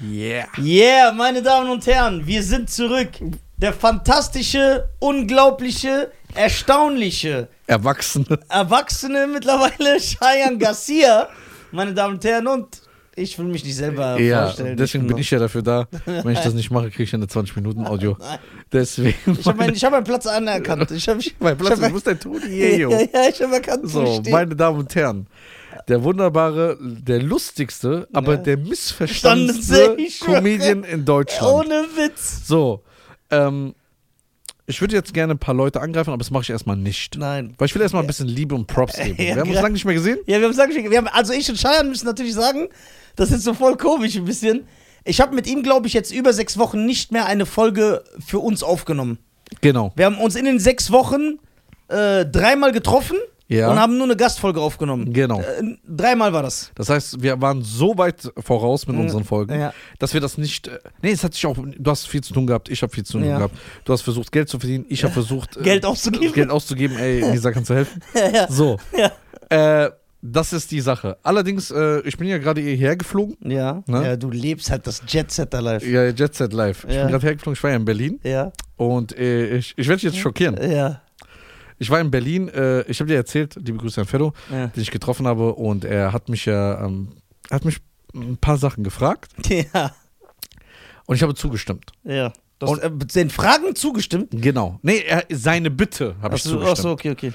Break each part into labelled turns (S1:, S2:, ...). S1: Yeah.
S2: Yeah, meine Damen und Herren, wir sind zurück. Der fantastische, unglaubliche, erstaunliche,
S1: Erwachsene.
S2: erwachsene mittlerweile Cheyenne Garcia, meine Damen und Herren, und ich will mich nicht selber
S1: Ja,
S2: vorstellen.
S1: deswegen bin ich ja dafür da. Wenn ich das nicht mache, kriege ich eine 20-Minuten-Audio. Deswegen.
S2: Ich habe meinen, ich hab meinen Platz anerkannt. Ich habe
S1: mein Platz,
S2: ich hab-
S1: du bist dein Toni
S2: ja,
S1: Jejo.
S2: ja, ich habe erkannt, wo ich
S1: So,
S2: stehe.
S1: meine Damen und Herren, der wunderbare, der lustigste, aber
S2: Ja.
S1: der missverstandenste
S2: Verstandenste, ich schwöre.
S1: Comedian in Deutschland.
S2: Ohne Witz.
S1: So, ähm, ich würde jetzt gerne ein paar Leute angreifen, aber das mache ich erstmal nicht.
S2: Nein.
S1: Weil ich will erstmal ein bisschen Liebe und Props geben.
S2: Ja,
S1: Wir haben uns
S2: gra-
S1: lange nicht mehr gesehen.
S2: Ja, wir haben gesagt, wir haben, also ich und Cheyenne müssen natürlich sagen, das ist so voll komisch ein bisschen. Ich habe mit ihm, glaube ich, jetzt über sechs Wochen nicht mehr eine Folge für uns aufgenommen.
S1: Genau.
S2: Wir haben uns in den sechs Wochen äh, dreimal getroffen
S1: Ja.
S2: und haben nur eine Gastfolge aufgenommen.
S1: Genau.
S2: Äh, dreimal war das.
S1: Das heißt, wir waren so weit voraus mit unseren Folgen,
S2: Ja.
S1: dass wir das nicht. äh, Nee, es hat sich auch. Du hast viel zu tun gehabt, ich habe viel zu tun
S2: Ja.
S1: gehabt. Du hast versucht, Geld zu verdienen, ich habe versucht, äh,
S2: Geld auszugeben.
S1: Geld auszugeben. Ey, Lisa, kannst du helfen?
S2: Ja, ja.
S1: So.
S2: Ja.
S1: Äh, das ist die Sache. Allerdings, äh, ich bin ja gerade hierher geflogen.
S2: Ja.
S1: Ne?
S2: ja, du lebst halt das Jet Setter Life.
S1: Ja, Jet Set Live. Ich
S2: Ja.
S1: bin gerade hergeflogen, ich war ja in Berlin.
S2: Ja,
S1: Und äh, ich, ich werde dich jetzt schockieren.
S2: ja.
S1: Ich war in Berlin, äh, ich habe dir erzählt, liebe Grüße an Feddo,
S2: Ja.
S1: den ich getroffen habe. Und er hat mich ja. Ähm, hat mich ein paar Sachen gefragt.
S2: Ja,
S1: Und ich habe zugestimmt.
S2: ja. Du hast äh, den Fragen zugestimmt.
S1: Genau. Nee, er, seine Bitte habe ich
S2: Achso,
S1: zugestimmt.
S2: achso, okay, okay.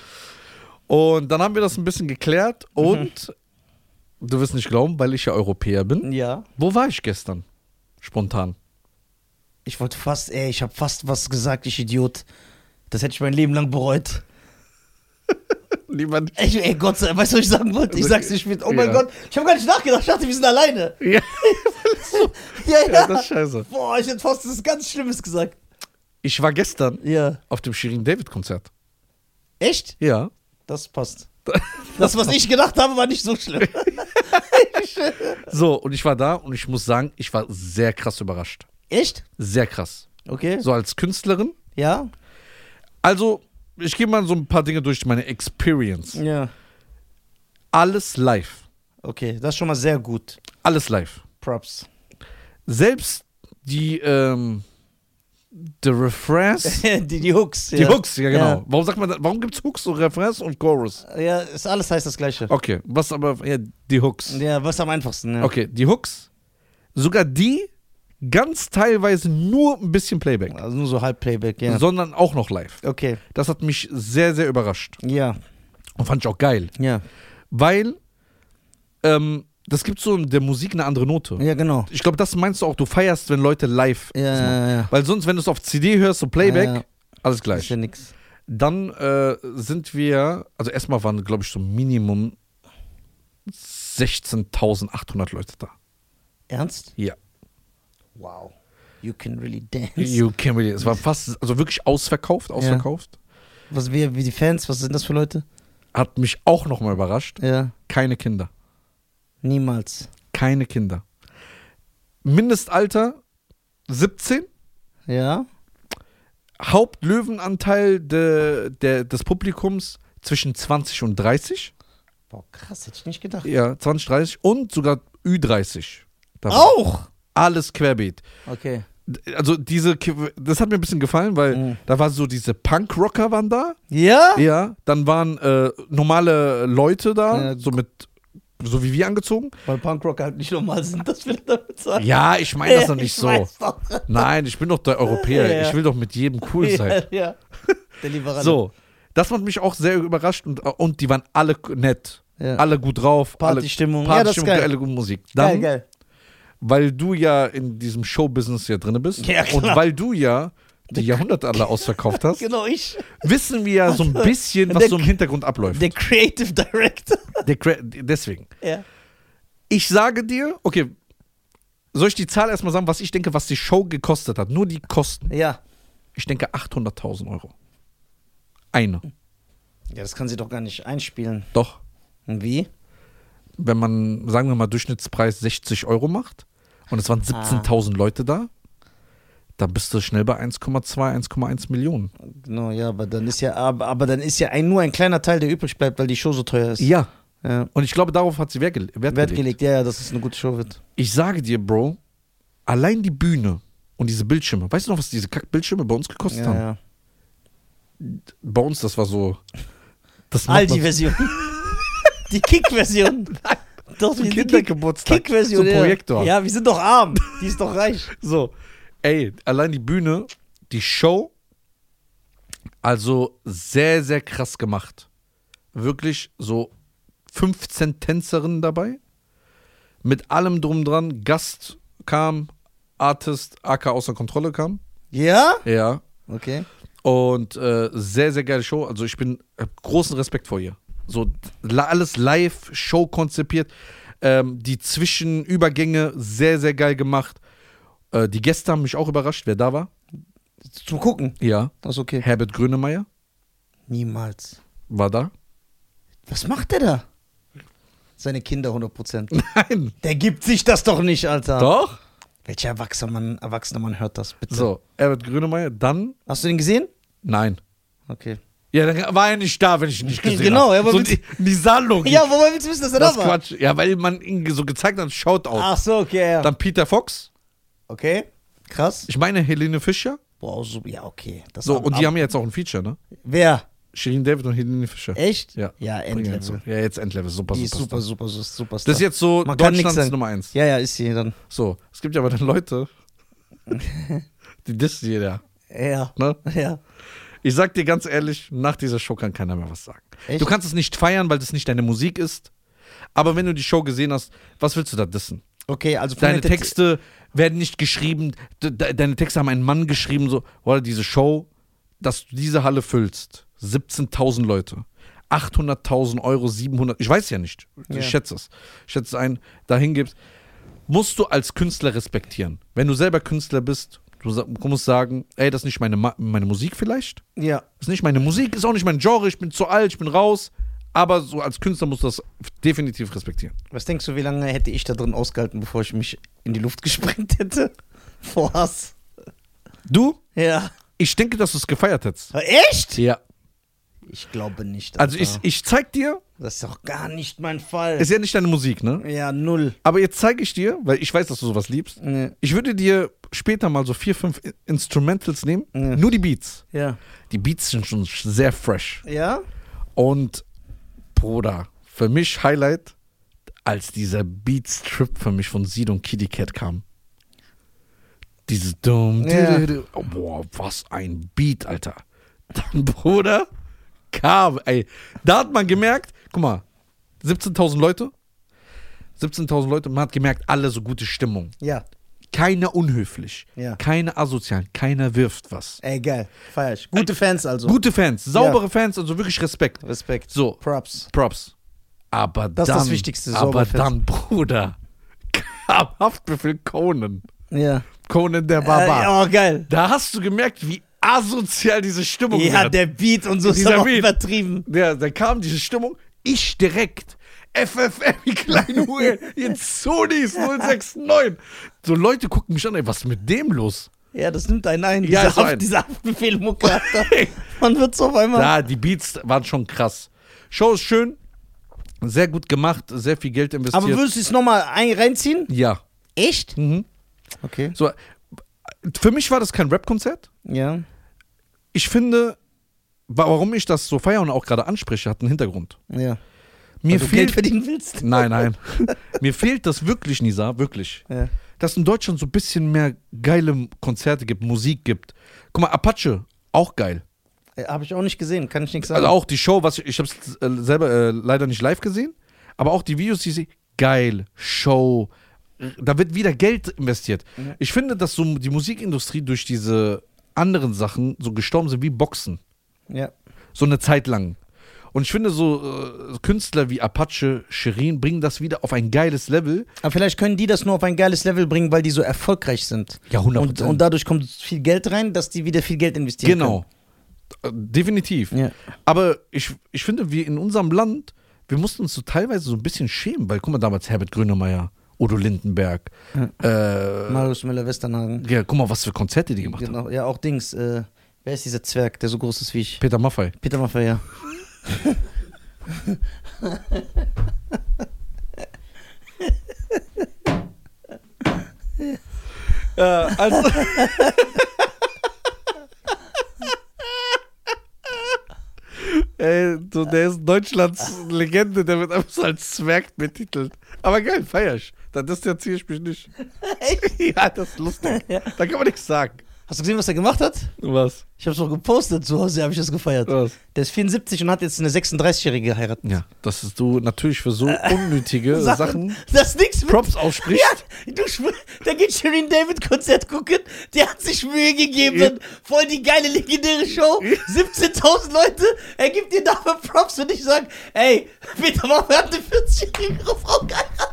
S1: Und dann haben wir das ein bisschen geklärt und du wirst nicht glauben, weil ich ja Europäer bin.
S2: Ja.
S1: Wo war ich gestern? Spontan.
S2: Ich wollte fast, ey, ich habe fast was gesagt, ich Idiot. Das hätte ich mein Leben lang bereut.
S1: Niemand.
S2: Ey, ey Gott sei Dank, weißt du, was ich sagen wollte? Ich sag's dir später. Oh mein
S1: Ja.
S2: Gott, ich habe gar nicht nachgedacht. Ich dachte, wir sind alleine.
S1: Ja,
S2: Ja, ja.
S1: ja, das ist scheiße.
S2: Boah, ich hätte fast was ganz Schlimmes gesagt.
S1: Ich war gestern
S2: Ja.
S1: auf dem Shirin David Konzert.
S2: Echt?
S1: Ja.
S2: Das passt. Das, was ich gedacht habe, war nicht so schlimm.
S1: So, und ich war da und ich muss sagen, ich war sehr krass überrascht.
S2: Echt?
S1: Sehr krass.
S2: Okay.
S1: So als Künstlerin.
S2: Ja?
S1: Also, ich gehe mal so ein paar Dinge durch, meine Experience.
S2: Ja.
S1: Alles live.
S2: Okay, das ist schon mal sehr gut.
S1: Alles live.
S2: Props.
S1: selbst die ähm, the Refrains,
S2: die, die Hooks.
S1: die Hooks, ja genau. Warum sagt man, da- warum gibt's Hooks und Refrains und Chorus?
S2: Ja, ja ist, alles heißt das Gleiche.
S1: Okay, was aber ja, die Hooks.
S2: Ja, was am einfachsten. Ja.
S1: Okay, die Hooks, sogar die ganz teilweise nur ein bisschen Playback,
S2: Also nur so Halbplayback, ja.
S1: sondern auch noch live.
S2: Okay.
S1: Das hat mich sehr sehr überrascht
S2: Ja,
S1: und fand ich auch geil,
S2: ja.
S1: weil ähm, das gibt so in der Musik eine andere Note.
S2: Ja, genau.
S1: Ich glaube, das meinst du auch, du feierst, wenn Leute live
S2: Ja,
S1: das machen.
S2: ja, ja.
S1: Weil sonst, wenn du es auf CD hörst, so Playback,
S2: Ja, ja.
S1: alles
S2: Ist
S1: gleich.
S2: ja nix.
S1: Dann äh, sind wir, also erstmal waren, glaube ich, so Minimum 16.800 Leute da.
S2: Ernst?
S1: Ja.
S2: Wow. You can really dance.
S1: You can really, es war fast, also wirklich ausverkauft, ausverkauft.
S2: Was wir, wie die Fans, was sind das für Leute?
S1: Hat mich auch nochmal überrascht.
S2: Ja.
S1: Keine Kinder.
S2: Niemals.
S1: Keine Kinder. Mindestalter 17.
S2: Ja?
S1: Hauptlöwenanteil de, de, des Publikums zwischen 20 und 30.
S2: Boah, krass, hätte ich nicht gedacht.
S1: Ja, 20, 30 und sogar Ü30. Da war
S2: Auch?
S1: Alles querbeet.
S2: Okay.
S1: D- Also diese, Ki- das hat mir ein bisschen gefallen, weil
S2: Mhm.
S1: da war so diese Punk-Rocker waren da.
S2: Ja?
S1: Ja, dann waren äh, normale Leute da,
S2: Ja.
S1: so mit, so wie wir angezogen.
S2: Weil Punkrocker halt nicht normal sind, das will er damit sagen.
S1: Ja, ich meine das doch
S2: Ich
S1: nicht so.
S2: weiß doch.
S1: Nein, ich bin doch der Europäer.
S2: Ja.
S1: Ich will doch mit jedem cool sein.
S2: Ja, ja. Der Liberale.
S1: So, das hat mich auch sehr überrascht und, äh, und die waren alle nett.
S2: Ja.
S1: Alle gut drauf. alle-
S2: Partystimmung. Ja, das ist
S1: Partystimmung,
S2: geil.
S1: alle gute Musik. Dann,
S2: Geil, geil.
S1: weil du ja in diesem Showbusiness ja drin bist
S2: Ja, klar.
S1: und weil du ja die Jahrhunderte alle ausverkauft hast,
S2: Genau, ich.
S1: wissen wir ja so ein bisschen, was
S2: Der-
S1: so im Hintergrund abläuft.
S2: Der Creative Director.
S1: Der Cra- deswegen.
S2: Ja.
S1: Ich sage dir, okay, soll ich die Zahl erstmal sagen, was ich denke, was die Show gekostet hat? Nur die Kosten.
S2: Ja.
S1: Ich denke 800.000 Euro. Eine.
S2: Ja, das kann sie doch gar nicht einspielen.
S1: Doch,
S2: Und wie?
S1: wenn man, sagen wir mal, Durchschnittspreis 60 Euro macht und es waren 17.000 Leute da, dann bist du schnell bei 1,2, 1,1 Millionen.
S2: Genau, ja, aber dann ist ja, aber, aber dann ist ja ein, nur ein kleiner Teil, der übrig bleibt, weil die Show so teuer ist.
S1: Ja.
S2: ja.
S1: Und ich glaube, darauf hat sie Wert, gele- Wert
S2: Wert
S1: gelegt.
S2: gelegt, ja, ja, dass es eine gute Show wird.
S1: Ich sage dir, Bro, allein die Bühne und diese Bildschirme, weißt du noch, was diese Kackbildschirme bei uns gekostet
S2: Ja,
S1: haben?
S2: ja.
S1: Bei uns, das war so. Das macht man-
S2: Aldi-Version. die Kick-Version. Doch,
S1: zum
S2: die Kick-
S1: Kindergeburtstag.
S2: Kick-Version.
S1: Zum
S2: ja.
S1: Projektor.
S2: Ja, wir sind doch arm. Die ist doch reich.
S1: So, ey, allein die Bühne, die Show, also sehr, sehr krass gemacht. Wirklich so 15 Tänzerinnen dabei. Mit allem drum dran. Gast kam, Artist, AK außer Kontrolle kam.
S2: Ja?
S1: Ja.
S2: Okay.
S1: Und äh, sehr, sehr geile Show. Also ich bin hab großen Respekt vor ihr. So la- alles live, Show konzipiert. Ähm, die Zwischenübergänge sehr, sehr geil gemacht. Äh, die Gäste haben mich auch überrascht, wer da war.
S2: Zum Gucken.
S1: Ja.
S2: Das ist okay.
S1: Herbert Grönemeyer
S2: Niemals.
S1: war da.
S2: Was macht der da? Seine Kinder 100%.
S1: Nein.
S2: Der gibt sich das Ah. doch nicht, Alter.
S1: Doch.
S2: Welcher erwachsener Mann, erwachsener Mann hört das, bitte?
S1: So, Herbert Grönemeyer, dann
S2: Hast du den gesehen?
S1: nein.
S2: Okay.
S1: Ja, dann war er nicht da, wenn ich ihn nicht gesehen
S2: Genau,
S1: habe.
S2: ja, aber
S1: so
S2: mit-
S1: die, die Saarlogik.
S2: Ja, woher willst du wissen, dass er
S1: das
S2: da
S1: ist
S2: war?
S1: Quatsch. Ja, weil man ihn so gezeigt hat, Shoutout.
S2: Ach so, okay, ja.
S1: Dann Peter Fox.
S2: Okay, krass.
S1: Ich meine Helene Fischer.
S2: Boah, so, ja, okay. Das
S1: So,
S2: am-
S1: und die
S2: am-
S1: haben ja jetzt auch ein Feature, ne?
S2: Wer?
S1: Shirin David und Helene Fischer.
S2: Echt?
S1: Ja.
S2: Ja,
S1: Bringen
S2: Endlevel.
S1: jetzt so. Ja, jetzt Endlevel. Super,
S2: Die ist
S1: super, Star.
S2: super, super, super, super.
S1: Das ist jetzt so
S2: Man kann nix
S1: Deutschlands
S2: sagen.
S1: Nummer 1.
S2: Ja, ja, ist sie dann.
S1: So, es gibt ja aber dann Leute, die dissen jeder.
S2: Ja.
S1: Ne?
S2: Ja.
S1: Ich sag dir ganz ehrlich, nach dieser Show kann keiner mehr was sagen.
S2: Echt?
S1: Du kannst es nicht feiern, weil das nicht deine Musik ist. Aber wenn du die Show gesehen hast, was willst du da dissen?
S2: Okay, also von
S1: Deine
S2: der Te-
S1: Texte werden nicht geschrieben, de de deine Texte haben einen Mann geschrieben, so, oder diese Show, dass du diese Halle füllst. 17.000 Leute. 800.000 Euro, 700, ich weiß ja nicht. Ich
S2: Ja.
S1: schätze es. Ich schätze es ein, dahin gibst. Musst du als Künstler respektieren. Wenn du selber Künstler bist, du sa- musst sagen, ey, das ist nicht meine, Ma meine Musik vielleicht.
S2: Ja.
S1: Ist nicht meine Musik, ist auch nicht mein Genre, ich bin zu alt, ich bin raus. Aber so als Künstler musst du das definitiv respektieren.
S2: Was denkst du, wie lange hätte ich da drin ausgehalten, bevor ich mich in die Luft gesprengt hätte? Vor Hass.
S1: Du,
S2: Ja.
S1: ich denke, dass du es gefeiert hättest.
S2: Echt?
S1: Ja.
S2: Ich glaube nicht.
S1: Also ich,
S2: Alter.
S1: ich zeig dir,
S2: Das ist doch gar nicht mein Fall.
S1: ist ja nicht deine Musik, ne?
S2: ja, null.
S1: Aber jetzt zeige ich dir, weil ich weiß, dass du sowas liebst.
S2: Nee.
S1: Ich würde dir später mal so vier, fünf I- Instrumentals nehmen,
S2: Ja.
S1: nur die Beats.
S2: Ja.
S1: Die Beats sind schon sehr fresh.
S2: Ja?
S1: Und Bruder, für mich Highlight, als dieser Beats-Trip für mich von Sid und Kitty Cat kam. Dieses dumm,
S2: Ja.
S1: dü- dü- dü- boah, was ein Beat, Alter. Dann, Bruder, kam, ey. Da hat man gemerkt, guck mal, 17.000 Leute, 17.000 Leute, man hat gemerkt, alle so gute Stimmung.
S2: Ja.
S1: Keiner unhöflich,
S2: Ja.
S1: keiner asozial, keiner wirft was.
S2: Ey, geil. Feier ich. Gute Fans also.
S1: Gute Fans, saubere Fans, also wirklich Respekt.
S2: Respekt.
S1: So,
S2: Props.
S1: Props. Aber
S2: Das ist
S1: dann,
S2: das Wichtigste, sauber
S1: aber
S2: fest.
S1: dann, Bruder, kam Haftbefehl Conan.
S2: Ja.
S1: Conan der
S2: Äh,
S1: Barbar.
S2: oh, geil.
S1: Da hast du gemerkt, wie asozial diese Stimmung
S2: Ja,
S1: wird.
S2: der Beat und so
S1: Oh,
S2: ist
S1: Dieser
S2: aber
S1: Beat.
S2: übertrieben.
S1: Der, da kam diese Stimmung, ich direkt. FFM, die kleine Uhr, jetzt Sonys 069. So Leute gucken mich an, ey, was ist mit dem los?
S2: Ja, das nimmt einen ein.
S1: Ja,
S2: dieser,
S1: so ein-
S2: Haft, dieser Haftbefehl Mucke. Man wird so auf einmal.
S1: Ja, die Beats waren schon krass. Show ist schön, sehr gut gemacht, sehr viel Geld investiert.
S2: aber würdest du es nochmal reinziehen?
S1: ja.
S2: Echt?
S1: Mhm.
S2: Okay.
S1: So, für mich war das kein Rap-Konzert.
S2: Ja.
S1: Ich finde, wa- warum ich das so feier und auch gerade anspreche, hat einen Hintergrund.
S2: Ja.
S1: Mir
S2: Weil du Also Geld
S1: fehlt.
S2: verdienen willst?
S1: Nein, nein. Mir fehlt das wirklich, Nisa, wirklich.
S2: Ja.
S1: Dass in Deutschland so ein bisschen mehr geile Konzerte gibt, Musik gibt. Guck mal, Apache, auch geil.
S2: Äh, Hab ich auch nicht gesehen, kann ich nichts sagen.
S1: Also auch die Show, was ich, ich hab's äh, selber äh, leider nicht live gesehen, aber auch die Videos, die ich sehe, geil, Show. Da wird wieder Geld investiert. Ich finde, dass so die Musikindustrie durch diese anderen Sachen so gestorben sind wie Boxen.
S2: ja.
S1: So eine Zeit lang. Und ich finde, so äh, Künstler wie Apache, Shirin bringen das wieder auf ein geiles Level.
S2: Aber vielleicht können die das nur auf ein geiles Level bringen, weil die so erfolgreich sind.
S1: Ja, 100%.
S2: Und, und dadurch kommt viel Geld rein, dass die wieder viel Geld investieren.
S1: genau. Äh, Definitiv.
S2: Können. Ja.
S1: Aber ich, ich finde, wir in unserem Land, wir mussten uns so teilweise so ein bisschen schämen, weil guck mal, damals Herbert Grönemeyer, Udo Lindenberg, äh,
S2: Marius Müller-Westernhagen.
S1: ja, guck mal, was für Konzerte die gemacht haben.
S2: Genau. Ja, auch Dings. Äh, wer ist dieser Zwerg, der so groß ist wie ich?
S1: Peter Maffay.
S2: Peter Maffay, ja.
S1: Äh, also, Ey, so, der ist Deutschlands Legende, der wird einfach so als Zwerg betitelt. Aber geil, feier ich. Dann distanziere ich mich nicht. ja, das ist lustig.
S2: Ja.
S1: Da kann man nichts sagen.
S2: Hast du gesehen, was er gemacht hat?
S1: Was?
S2: Ich hab's doch gepostet, zu Hause habe ich das gefeiert.
S1: Was?
S2: Der ist 74 und hat jetzt eine 36-Jährige geheiratet.
S1: Ja, dass du natürlich für so unnötige Sachen
S2: Das ist nix mit.
S1: Props aussprichst.
S2: Ja, du schw- da geht Shirin David Konzert gucken. Der hat sich Mühe gegeben.
S1: Ja.
S2: Voll die geile legendäre Show. 17.000 Leute. Er gibt dir dafür Props und ich sag, ey, Peter Maffay hat eine 40-jährige Frau geheiratet.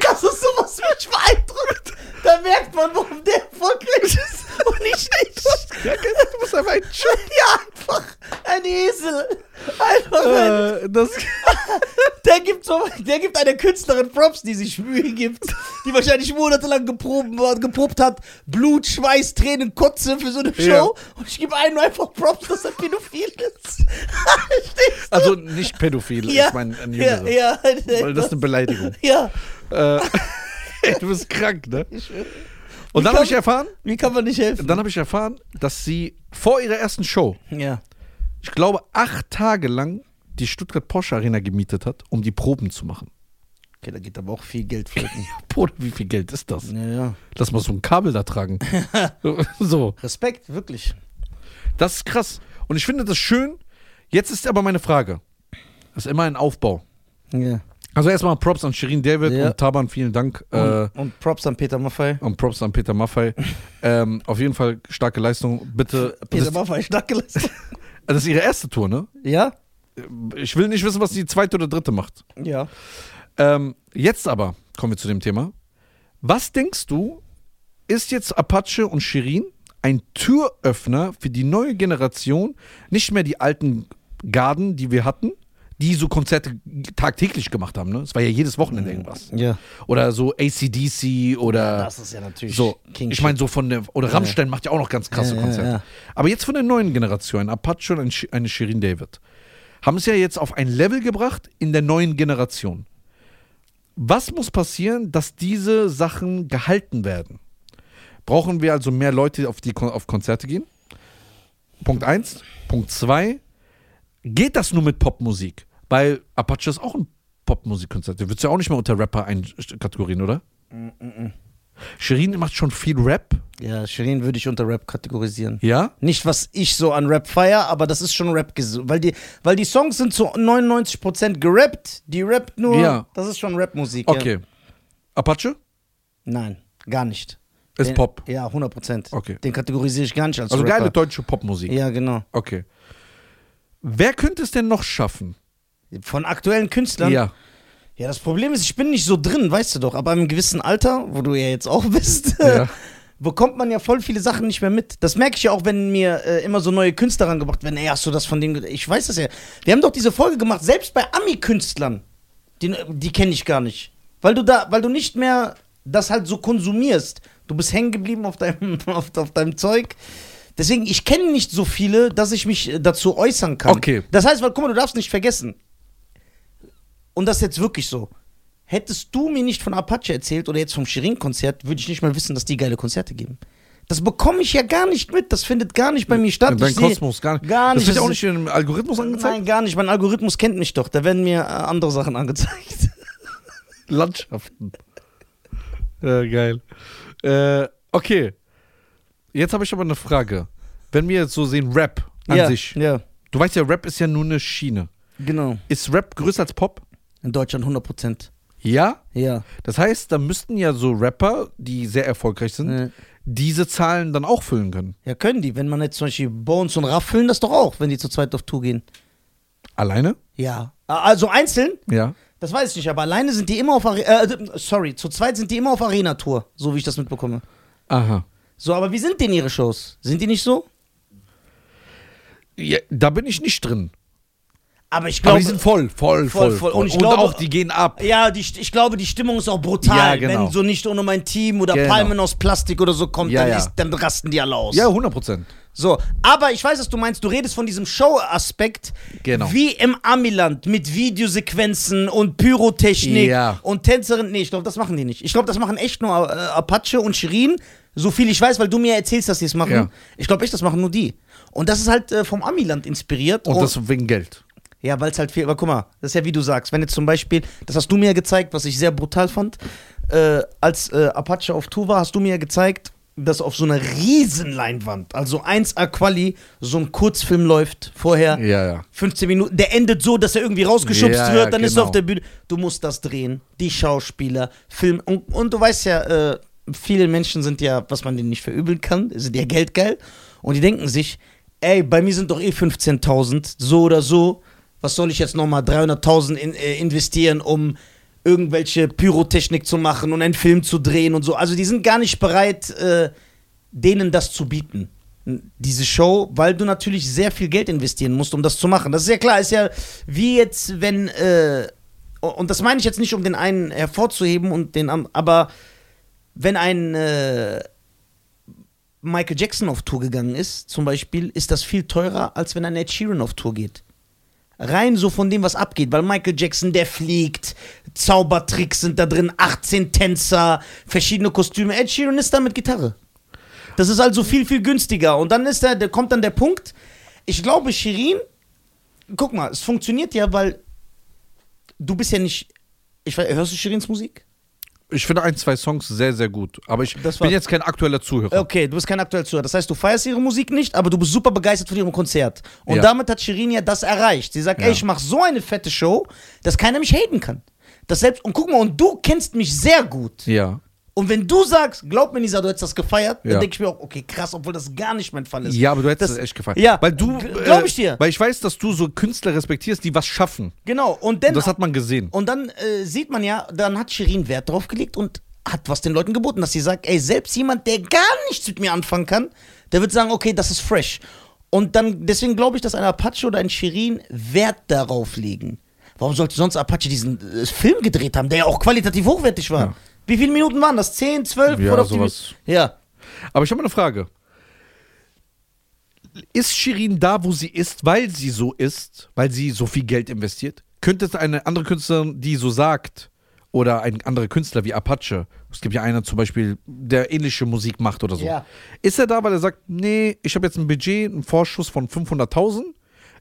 S2: Das ist sowas, was mich beeindruckt. Da merkt man, warum der erfolgreich ist und ich nicht.
S1: Ja, du bist einfach ein Sch
S2: Ja, einfach ein Esel. Einfach ein
S1: äh, das,
S2: Der gibt, so, der gibt einer Künstlerin Props, die sich Mühe gibt, die wahrscheinlich monatelang geprobt, war- geprobt hat. Blut, Schweiß, Tränen, Kotze für so eine Show.
S1: Ja.
S2: Und ich gebe einem einfach Props, dass er pädophil ist. Verstehst
S1: also nicht pädophil,
S2: du?
S1: ich meine ein
S2: ja,
S1: Jüngerer.
S2: ja,
S1: Weil das ist eine Beleidigung.
S2: ja.
S1: äh, ey, du bist krank, ne? Und dann habe ich erfahren,
S2: Wie kann man nicht helfen?
S1: dann habe ich erfahren, dass sie vor ihrer ersten Show,
S2: Ja.
S1: ich glaube, acht Tage lang die Stuttgart Porsche Arena gemietet hat, um die Proben zu machen.
S2: Okay, da geht aber auch viel Geld flöten.
S1: Bruder, wie viel Geld ist das?
S2: ja, ja.
S1: Lass mal so ein Kabel da tragen. so.
S2: Respekt, wirklich.
S1: Das ist krass. Und ich finde das schön. Jetzt ist aber meine Frage. Das ist immer ein Aufbau.
S2: Ja.
S1: Also erstmal Props an Shirin David
S2: Ja.
S1: und Taban, vielen Dank.
S2: Und,
S1: äh,
S2: und Props an Peter Maffay.
S1: und Props an Peter Maffei. ähm, auf jeden Fall starke Leistung. Bitte.
S2: Peter
S1: Das,
S2: Maffay, stark gelassen.
S1: das ist ihre erste Tour, ne?
S2: ja?
S1: Ich will nicht wissen, was die zweite oder dritte macht.
S2: Ja.
S1: Ähm, jetzt aber kommen wir zu dem Thema. Was denkst du, ist jetzt Apache und Shirin ein Türöffner für die neue Generation? Nicht mehr die alten Garden, die wir hatten, die so Konzerte tagtäglich gemacht haben. Ne? Es war ja jedes Wochenende irgendwas.
S2: Ja.
S1: Oder so ACDC oder
S2: Das ist ja natürlich
S1: so.
S2: King
S1: ich meine, so von der. Oder Rammstein macht ja auch noch ganz krasse
S2: Ja, ja,
S1: Konzerte.
S2: ja.
S1: Aber jetzt von der neuen Generation, ein Apache und ein Sh- eine Shirin David, haben es ja jetzt auf ein Level gebracht in der neuen Generation. Was muss passieren, dass diese Sachen gehalten werden? Brauchen wir also mehr Leute, auf die Kon- auf Konzerte gehen? Punkt 1. Punkt 2. Geht das nur mit Popmusik? Weil Apache ist auch ein Popmusikkonzert. Du würdest ja auch nicht mehr unter Rapper einkategorieren, oder? Shirin macht schon viel Rap,
S2: Ja, Shirin würde ich unter Rap kategorisieren.
S1: ja?
S2: Nicht, was ich so an Rap feier, aber das ist schon Rap. ges- Weil die, weil die Songs sind zu 99% gerappt. Die rappt nur.
S1: Ja.
S2: Das ist schon Rap-Musik. Ja.
S1: Okay. Apache? Also
S2: Nein, gar nicht.
S1: Ist
S2: Den-
S1: Pop.
S2: Ja, 100%.
S1: Okay.
S2: Den kategorisiere ich gar nicht als
S1: Also
S2: Rapper.
S1: geile deutsche Popmusik.
S2: Ja, genau.
S1: Okay. Wer könnte es denn noch schaffen?
S2: Von aktuellen Künstlern. Ja, das Problem ist, ich bin nicht so drin, weißt du doch. Aber im gewissen Alter, wo du ja jetzt auch bist,
S1: Ja.
S2: bekommt man ja voll viele Sachen nicht mehr mit. Das merke ich ja auch, wenn mir äh, immer so neue Künstler rangebracht werden. Ey, hast du das von dem? ge- Ich weiß das ja. Wir haben doch diese Folge gemacht, selbst bei Ami-Künstlern, die, die kenne ich gar nicht. Weil du da, weil du nicht mehr das halt so konsumierst. Du bist hängen geblieben auf deinem, auf, auf deinem Zeug. Deswegen, ich kenne nicht so viele, dass ich mich äh, dazu äußern kann.
S1: Okay.
S2: Das heißt, weil, guck mal, du darfst nicht vergessen. Und das ist jetzt wirklich so. Hättest du mir nicht von Apache erzählt oder jetzt vom Shirin-Konzert, würde ich nicht mal wissen, dass die geile Konzerte geben. Das bekomme ich ja gar nicht mit. Das findet gar nicht bei mir statt.
S1: Dein
S2: Ich sehe-
S1: Kosmos gar nicht.
S2: Gar nicht.
S1: Das wird ja auch nicht
S2: Das
S1: im Algorithmus angezeigt.
S2: Nein, gar nicht. Mein Algorithmus kennt mich doch. Da werden mir äh, andere Sachen angezeigt.
S1: Landschaften. ja, geil. Äh, okay. Jetzt habe ich aber eine Frage. Wenn wir jetzt so sehen, Rap an
S2: ja,
S1: sich.
S2: Ja,
S1: Du weißt ja, Rap ist ja nur eine Schiene.
S2: genau.
S1: Ist Rap größer als Pop?
S2: In Deutschland 100 Prozent.
S1: Ja.
S2: Ja.
S1: Das heißt, da müssten ja so Rapper, die sehr erfolgreich sind,
S2: Ja.
S1: diese Zahlen dann auch füllen können.
S2: Ja, können die. Wenn man jetzt zum Beispiel Bones und Raff füllen das doch auch, wenn die zu zweit auf Tour gehen.
S1: Alleine?
S2: Ja. Also einzeln?
S1: Ja.
S2: Das weiß ich nicht, aber alleine sind die immer auf Are äh, sorry, zu zweit sind die immer auf Arena-Tour, so wie ich das mitbekomme.
S1: Aha.
S2: So, aber wie sind denn ihre Shows? Sind die nicht so?
S1: Ja, da bin ich nicht drin.
S2: Aber ich
S1: Aber
S2: glaube.
S1: die sind voll, voll,
S2: Voll,
S1: voll.
S2: voll. Und
S1: Und,
S2: ich glaube-
S1: auch, die gehen ab.
S2: ja, die, ich glaube, die Stimmung ist auch brutal.
S1: Ja, genau.
S2: Wenn so nicht ohne mein Team oder
S1: Genau.
S2: Palmen aus Plastik oder so kommt,
S1: Ja,
S2: dann,
S1: ja.
S2: Ist, dann rasten die alle aus.
S1: Ja, 100 Prozent.
S2: So, aber ich weiß, was du meinst. Du redest von diesem Show-Aspekt.
S1: Genau.
S2: Wie im Amiland mit Videosequenzen und Pyrotechnik
S1: Ja.
S2: und Tänzerinnen. Nee, ich glaube, das machen die nicht. Ich glaube, das machen echt nur äh, Apache und Shirin. So viel ich weiß, weil du mir erzählst, dass die es machen.
S1: Ja.
S2: Ich glaube echt, das machen nur die. Und das ist halt äh, vom Amiland inspiriert.
S1: Und das wegen Geld.
S2: Ja, weil es halt viel. Aber guck mal, das ist ja wie du sagst. Wenn jetzt zum Beispiel, das hast du mir ja gezeigt, was ich sehr brutal fand, äh, als äh, Apache auf Tour war, hast du mir ja gezeigt, dass auf so einer Riesenleinwand, also 1A Quali, so ein Kurzfilm läuft vorher.
S1: Ja, ja.
S2: 15 Minuten, der endet so, dass er irgendwie rausgeschubst
S1: Ja, ja,
S2: wird, dann ist er
S1: genau.
S2: auf der Bühne. Du musst das drehen, die Schauspieler, Film. Und, und du weißt ja, äh, viele Menschen sind ja, was man denen nicht verübeln kann, sind ja geldgeil. Und die denken sich, ey, bei mir sind doch eh 15.000, so oder so. Was soll ich jetzt nochmal 300.000 in, äh, investieren, um irgendwelche Pyrotechnik zu machen und einen Film zu drehen und so. Also die sind gar nicht bereit, äh, denen das zu bieten. Diese Show, weil du natürlich sehr viel Geld investieren musst, um das zu machen. Das ist ja klar, ist ja wie jetzt, wenn, äh, und das meine ich jetzt nicht, um den einen hervorzuheben und den anderen, aber wenn ein äh, Michael Jackson auf Tour gegangen ist, zum Beispiel, ist das viel teurer, als wenn ein Ed Sheeran auf Tour geht. Rein so von dem, was abgeht, weil Michael Jackson, der fliegt, Zaubertricks sind da drin, 18 Tänzer, verschiedene Kostüme. Ed Sheeran ist da mit Gitarre. Das ist also viel, viel günstiger. Und dann ist der, der kommt dann der Punkt. Ich glaube, Shirin, guck mal, es funktioniert ja, weil du bist ja nicht. Ich weiß, hörst du Shirins Musik?
S1: Ich finde ein, zwei Songs sehr, sehr gut. Aber ich
S2: Das war-
S1: bin jetzt kein aktueller Zuhörer.
S2: Okay, du bist kein aktueller Zuhörer. Das heißt, du feierst ihre Musik nicht, aber du bist super begeistert von ihrem Konzert. Und
S1: Ja.
S2: damit hat Shirin ja das erreicht. Sie sagt,
S1: Ja.
S2: ey, ich mache so eine fette Show, dass keiner mich haten kann. Das selbst, und guck mal, und du kennst mich sehr gut.
S1: Ja.
S2: Und wenn du sagst, glaub mir, Nisa, du hättest das gefeiert,
S1: Ja.
S2: dann denke ich mir auch, okay, krass, obwohl das gar nicht mein Fall ist.
S1: Ja, aber du hättest
S2: Das-
S1: es echt gefallen.
S2: Ja,
S1: weil du. äh,
S2: g- glaub ich dir.
S1: Weil ich weiß, dass du so Künstler respektierst, die was schaffen.
S2: Genau, und dann
S1: Und das hat man gesehen.
S2: Und dann äh, sieht man ja, dann hat Shirin Wert drauf gelegt und hat was den Leuten geboten, dass sie sagt, ey, selbst jemand, der gar nichts mit mir anfangen kann, der wird sagen, okay, das ist fresh. Und dann, deswegen glaube ich, dass ein Apache oder ein Shirin Wert darauf legen. Warum sollte sonst Apache diesen äh, Film gedreht haben, der ja auch qualitativ hochwertig war?
S1: Ja.
S2: Wie viele Minuten waren das? 10, 12?
S1: Ja,
S2: Oder auf die-
S1: sowas.
S2: Ja.
S1: Aber ich habe eine Frage. Ist Shirin da, wo sie ist, weil sie so ist, weil sie so viel Geld investiert? Könnte es eine andere Künstlerin, die so sagt, oder ein anderer Künstler wie Apache, es gibt ja einer zum Beispiel, der ähnliche Musik macht oder so,
S2: Ja.
S1: ist er da, weil er sagt, nee, ich habe jetzt ein Budget, einen Vorschuss von 500.000,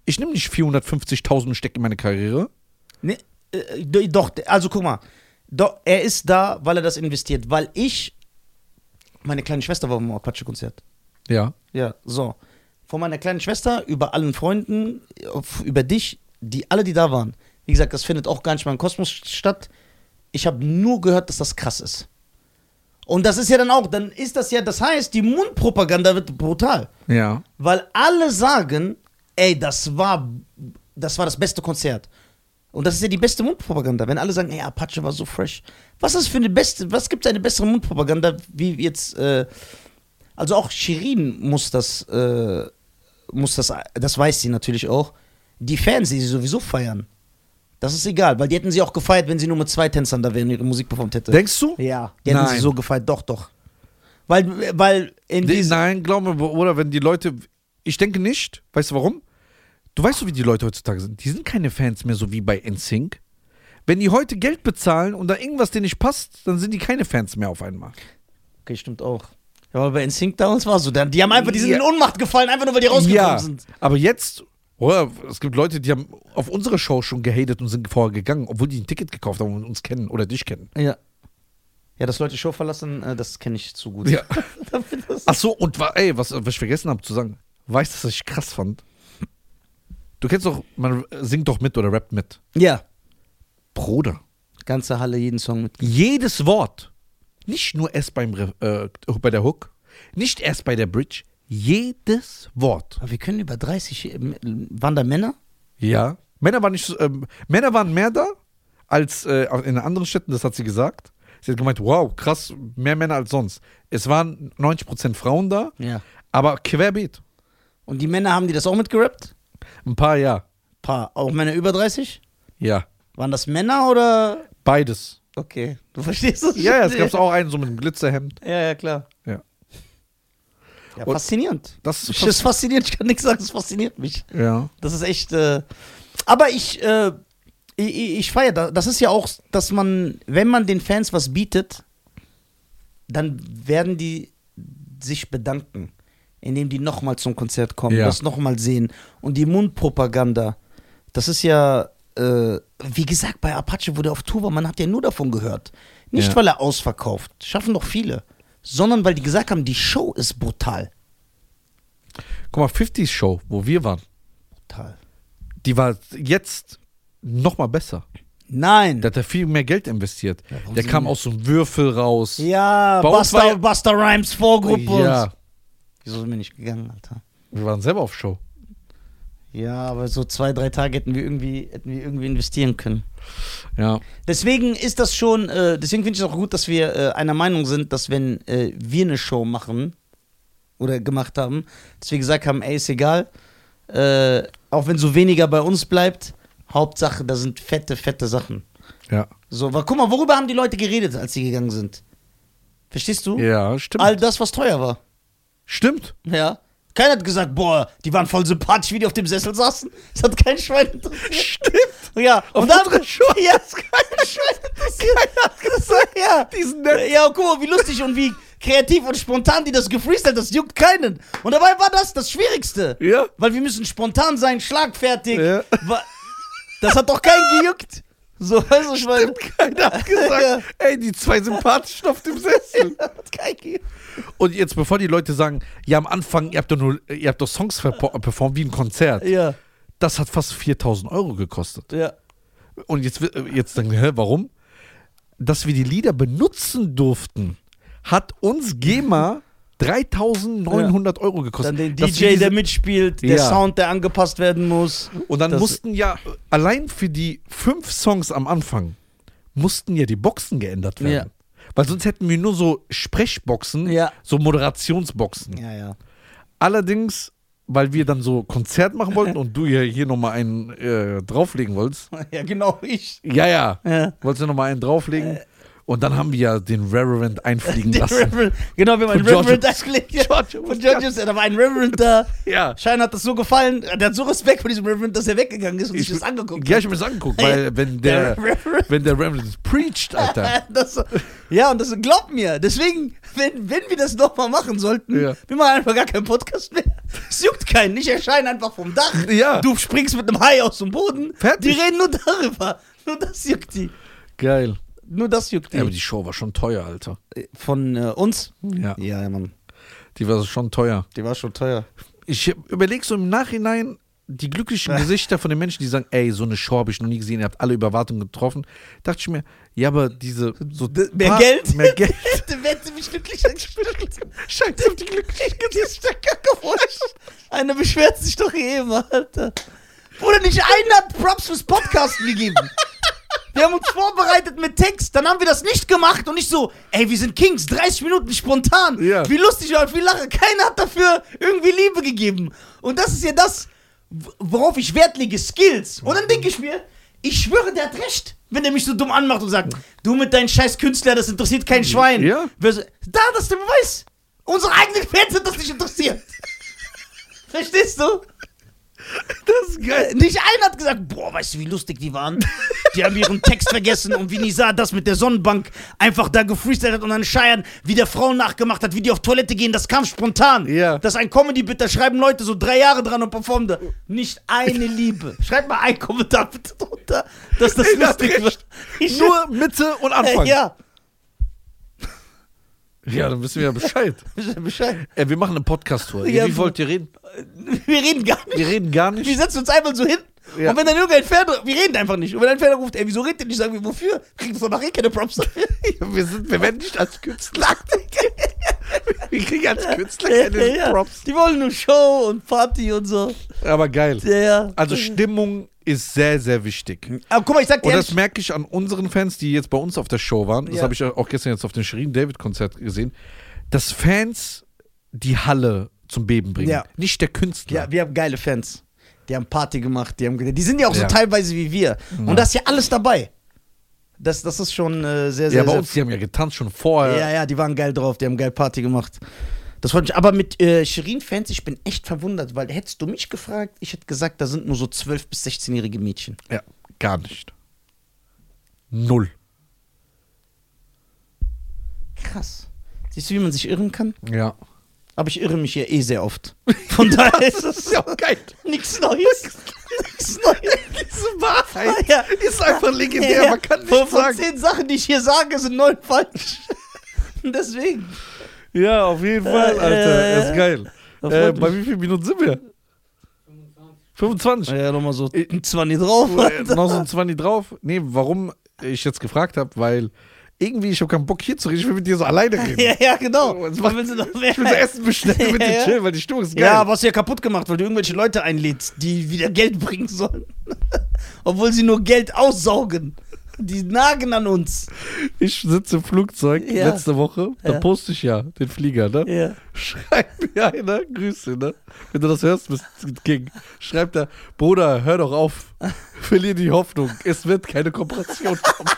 S1: ich nehme nicht 450.000 und stecke in meine Karriere?
S2: Ne, äh, do- doch, also guck mal. Do, er ist da, weil er das investiert. Weil ich, meine kleine Schwester war beim Apache-Konzert.
S1: Ja.
S2: Ja, so. Von meiner kleinen Schwester, über allen Freunden, auf- über dich, die alle, die da waren. Wie gesagt, das findet auch gar nicht mal im Kosmos statt. Ich habe nur gehört, dass das krass ist. Und das ist ja dann auch, dann ist das ja, das heißt, die Mundpropaganda wird brutal.
S1: Ja.
S2: Weil alle sagen, ey, das war das, war das beste Konzert. Und das ist ja die beste Mundpropaganda, wenn alle sagen, ey, Apache war so fresh. Was ist für eine beste, was gibt es eine bessere Mundpropaganda, wie jetzt, äh, also auch Shirin muss das, äh, muss das, das weiß sie natürlich auch, die Fans, die sie sowieso feiern. Das ist egal, weil die hätten sie auch gefeiert, wenn sie nur mit zwei Tänzern da wären, ihre Musik performt hätte.
S1: Denkst du?
S2: ja, die hätten
S1: Nein.
S2: sie so gefeiert, doch, doch. Weil, weil in
S1: Nee,
S2: diesem.
S1: nein, glaub mir, wo- oder wenn die Leute, ich denke nicht, weißt du warum? Du weißt doch, wie die Leute heutzutage sind. Die sind keine Fans mehr, so wie bei NSYNC. Wenn die heute Geld bezahlen und da irgendwas denen nicht passt, dann sind die keine Fans mehr auf einmal.
S2: Okay, stimmt auch. Ja, aber bei Instinct damals war es so. dann- Die haben einfach, die sind
S1: Ja.
S2: in Ohnmacht gefallen, einfach nur weil die rausgekommen sind.
S1: aber jetzt, oder, es gibt Leute, die haben auf unsere Show schon gehatet und sind vorher gegangen, obwohl die ein Ticket gekauft haben und uns kennen oder dich kennen.
S2: Ja. Ja, dass Leute Show verlassen, äh, das kenne ich zu gut.
S1: Ja.
S2: Damit das-
S1: Ach so, und wa- ey, was, was ich vergessen habe zu sagen, weißt du, was ich krass fand? Du kennst doch, man singt doch mit oder rappt mit.
S2: ja.
S1: Bruder.
S2: Ganze Halle, jeden Song mit.
S1: jedes Wort, nicht nur erst beim, Re- äh, bei der Hook, nicht erst bei der Bridge, jedes Wort.
S2: Aber wir können über 30, äh, waren da Männer?
S1: Ja. Männer waren, nicht, so- ähm, Männer waren mehr da als äh, auch in anderen Städten, das hat sie gesagt. Sie hat gemeint, wow, krass, mehr Männer als sonst. Es waren 90% Frauen da,
S2: Ja.
S1: aber querbeet.
S2: Und die Männer haben die das auch mitgerappt?
S1: Ein paar, ja.
S2: Paar. Auch Männer über 30?
S1: Ja.
S2: Waren das Männer oder?
S1: Beides.
S2: Okay, du verstehst das
S1: Ja, ja, es gab auch einen so mit einem Glitzerhemd.
S2: Ja, ja, klar.
S1: Ja.
S2: Ja,
S1: Und-
S2: faszinierend.
S1: Das ist
S2: Das ist faszinierend, ich kann nichts sagen, es fasziniert mich.
S1: Ja.
S2: Das ist echt. Äh, aber ich, äh, ich, ich- ich feiere das. Das ist ja auch, dass man, wenn man den Fans was bietet, dann werden die sich bedanken, indem die nochmal zum Konzert kommen,
S1: Ja.
S2: das nochmal sehen. Und die Mundpropaganda, das ist ja, äh, wie gesagt, bei Apache, wo der auf Tour war, man hat ja nur davon gehört. Nicht,
S1: Ja.
S2: weil er ausverkauft, schaffen doch viele, sondern weil die gesagt haben, die Show ist brutal.
S1: Guck mal, 50s Show, wo wir waren,
S2: Brutal.
S1: die war jetzt noch mal besser.
S2: Nein.
S1: Da hat er viel mehr Geld investiert.
S2: warum
S1: der
S2: sind
S1: kam
S2: wir-
S1: aus so einem Würfel raus.
S2: ja,
S1: Bei uns war
S2: Buster,
S1: ja-
S2: Buster Rhymes Vorgruppe. und-
S1: Ja,
S2: Wieso sind wir nicht gegangen, Alter?
S1: wir waren selber auf Show.
S2: Ja, aber so zwei, drei Tage hätten wir irgendwie, hätten wir irgendwie investieren können.
S1: Ja.
S2: Deswegen ist das schon, äh, deswegen finde ich es auch gut, dass wir äh, einer Meinung sind, dass wenn äh, wir eine Show machen oder gemacht haben, dass wir gesagt haben, ey, ist egal, äh, auch wenn so weniger bei uns bleibt, Hauptsache, da sind fette, fette Sachen.
S1: Ja.
S2: So, weil guck mal, worüber haben die Leute geredet, als sie gegangen sind? Verstehst du?
S1: Ja, stimmt.
S2: All das, was teuer war.
S1: stimmt.
S2: Ja. Keiner hat gesagt, boah, die waren voll sympathisch, wie die auf dem Sessel saßen. Das hat kein Schwein interessiert.
S1: Stimmt.
S2: Ja,
S1: Auf
S2: und da
S1: unsere Show.
S2: Ja, das ist kein Schwein interessiert. Das- ja.
S1: Diesen Nett.
S2: ja, guck mal, wie lustig und wie kreativ und spontan die das gefreestylt, das juckt keinen. Und dabei war das das Schwierigste.
S1: Ja.
S2: Weil wir müssen spontan sein, schlagfertig.
S1: Ja.
S2: Wa- Das hat doch keinen gejuckt. So, weißt du, Schwein.
S1: Keiner hat gesagt, ey, die zwei sympathischen auf dem Sessel.
S2: Hat keinen gejuckt.
S1: Und jetzt, bevor die Leute sagen, ja, am Anfang, ihr habt doch, nur, ihr habt doch Songs verpo- performt wie ein Konzert.
S2: Ja,
S1: Das hat fast 4000 Euro gekostet.
S2: ja.
S1: Und jetzt, wi- äh, jetzt denken, hä, warum? Dass wir die Lieder benutzen durften, hat uns GEMA 3900 Euro gekostet.
S2: Dann den
S1: Dass
S2: DJ,
S1: wir diese-
S2: der mitspielt, der
S1: Ja.
S2: Sound, der angepasst werden muss.
S1: Und dann
S2: das-
S1: mussten ja, äh, allein für die fünf Songs am Anfang, mussten ja die Boxen geändert werden. Weil sonst hätten wir nur so Sprechboxen,
S2: Ja.
S1: so Moderationsboxen.
S2: Ja, ja.
S1: Allerdings, weil wir dann so Konzert machen wollten und du ja hier nochmal einen äh, drauflegen wolltest.
S2: Ja, genau, ich.
S1: Ja, ja.
S2: Ja.
S1: Wolltest du nochmal einen drauflegen? Und dann haben wir ja den Reverend einfliegen
S2: Den
S1: lassen.
S2: Reverend, genau, wir haben einen
S1: Von Giorgio.
S2: Reverend eingelegt. ja.
S1: Giorgio.
S2: Von Georgios, da war ein Reverend da.
S1: Ja.
S2: Schein hat das so gefallen, der hat so Respekt vor diesem Reverend, dass er weggegangen ist und sich das angeguckt
S1: Ja,
S2: hat.
S1: ich hab mir das angeguckt, weil wenn der,
S2: Der Reverend.
S1: wenn der Reverend preached, Alter.
S2: Das, ja, und das glaub mir. Deswegen, wenn, wenn wir das nochmal machen sollten,
S1: Ja.
S2: wir machen einfach gar keinen Podcast mehr. Es juckt keinen. Ich erscheine einfach vom Dach.
S1: Ja.
S2: Du springst mit einem Hai aus dem Boden.
S1: Fertig.
S2: Die reden nur darüber. Nur das juckt die.
S1: Geil.
S2: Nur das juckt die.
S1: Ja, aber die Show war schon teuer, Alter.
S2: Von äh, uns?
S1: Ja,
S2: Ja, ja, Mann.
S1: die war schon teuer.
S2: Die war schon teuer.
S1: Ich überlege so im Nachhinein die glücklichen Gesichter von den Menschen, die sagen, ey, so eine Show habe ich noch nie gesehen, ihr habt alle Überwartungen getroffen. Dachte ich mir, ja, aber diese... So
S2: Mehr
S1: paar-
S2: Geld?
S1: Mehr Geld.
S2: Hätte, hätte mich glücklich gestimmt.
S1: Scheiß auf die glücklichen
S2: Einer beschwert sich doch eh immer, Alter. Oder nicht einer hat Props fürs Podcasten gegeben. Wir haben uns vorbereitet mit Text, dann haben wir das nicht gemacht und nicht so, ey, wir sind Kings, 30 Minuten spontan.
S1: Ja.
S2: Wie lustig und wie lache. Keiner hat dafür irgendwie Liebe gegeben. Und das ist ja das, w- worauf ich Wert lege, Skills. Und dann denke ich mir, ich schwöre, der hat recht, wenn er mich so dumm anmacht und sagt, du mit deinen scheiß Künstler, das interessiert kein Schwein.
S1: Ja.
S2: Wer so- Da, das ist der Beweis. Unsere eigenen Fans hat das nicht interessiert. Verstehst du?
S1: Das ist geil.
S2: Äh, Nicht einer hat gesagt, boah, weißt du, wie lustig die waren? Die haben ihren Text vergessen und wie Nisa das mit der Sonnenbank einfach da gefreestylt hat und dann Scheiern, wie der Frauen nachgemacht hat, wie die auf Toilette gehen, das kam spontan.
S1: Ja.
S2: Das ist ein Comedy-Bit, da schreiben Leute so drei Jahre dran und performen da. Nicht eine Liebe. Schreibt mal einen Kommentar bitte drunter, dass das
S1: Ey, das
S2: lustig
S1: recht.
S2: wird. Ich- äh,
S1: Nur Mitte und Anfang.
S2: Ja,
S1: Ja, dann wissen wir ja Bescheid.
S2: wisst ihr Bescheid.
S1: Ey, wir machen eine Podcast-Tour.
S2: Ja,
S1: wie wollt ihr reden?
S2: Wir reden gar nicht.
S1: Wir reden gar nicht.
S2: Wir setzen uns einfach so hin.
S1: Ja.
S2: Und wenn dann irgendein Pferd, wir reden einfach nicht. Und wenn ein Pferd ruft, ey, wieso redet ihr nicht? Sagen wir, wofür? Kriegen wir doch nachher keine Props dafür.
S1: Wir, sind, wir werden nicht als Künstler. wir kriegen als Künstler
S2: Ja, Die wollen nur Show und Party und so.
S1: Aber geil.
S2: Ja, ja.
S1: Also Stimmung ist sehr, sehr wichtig.
S2: Aber guck mal, ich sag dir
S1: Und das
S2: ehrlich,
S1: merke ich an unseren Fans, die jetzt bei uns auf der Show waren. Das
S2: Ja.
S1: habe ich auch gestern jetzt auf dem Shirin David Konzert gesehen. Dass Fans die Halle zum Beben bringen.
S2: Ja.
S1: Nicht der Künstler.
S2: ja, wir haben geile Fans. Die haben Party gemacht, die, haben, die sind ja auch
S1: Ja.
S2: so teilweise wie wir. Und da ist ja alles dabei. Das, das ist schon äh, sehr, sehr,
S1: ja, bei
S2: sehr
S1: uns, äh, die haben ja getanzt schon vorher.
S2: Ja, ja, die waren geil drauf, die haben geil Party gemacht. Das freut mich. Aber mit äh, Shirin-Fans, ich bin echt verwundert, weil hättest du mich gefragt, ich hätte gesagt, da sind nur so 12- bis 16-jährige Mädchen.
S1: Ja, gar nicht. Null.
S2: Krass. Siehst du, wie man sich irren kann?
S1: Ja.
S2: Aber ich irre mich hier eh sehr oft. Von daher ist es
S1: ja auch geil.
S2: nichts Neues. Nichts Neues.
S1: Diese Wahrheit
S2: Ja.
S1: ist einfach legendär, man kann
S2: von,
S1: nicht
S2: von
S1: sagen.
S2: zehn Sachen, die ich hier sage, sind neun falsch. Deswegen.
S1: Ja, auf jeden Fall,
S2: Äh,
S1: Alter.
S2: äh,
S1: Er ist geil.
S2: da
S1: Äh,
S2: freut
S1: bei wie vielen Minuten sind wir? 25.
S2: Ja, nochmal so ein 20 drauf. also,
S1: Äh, noch so ein 20 drauf. Nee, warum ich jetzt gefragt habe, weil irgendwie ich habe keinen Bock hier zu reden. Ich will mit dir so alleine reden.
S2: Ja, ja, genau.
S1: Jetzt Oh, macht-
S2: Willst du noch
S1: Ich will so Essen bestellen mit
S2: Ja,
S1: dir
S2: ja.
S1: chillen, weil die Stimmung ist geil.
S2: Ja, aber hast du ja kaputt gemacht, weil du irgendwelche Leute einlädst, die wieder Geld bringen sollen. Obwohl sie nur Geld aussaugen. Die nagen an uns.
S1: ich sitze im Flugzeug
S2: Ja.
S1: letzte Woche, da
S2: Ja.
S1: poste ich ja den Flieger, ne?
S2: Ja.
S1: Schreibt mir einer, Grüße, ne? Wenn du das hörst, Mr. King, schreibt er, Bruder, hör doch auf. Verlier die Hoffnung. Es wird keine Kooperation kommen.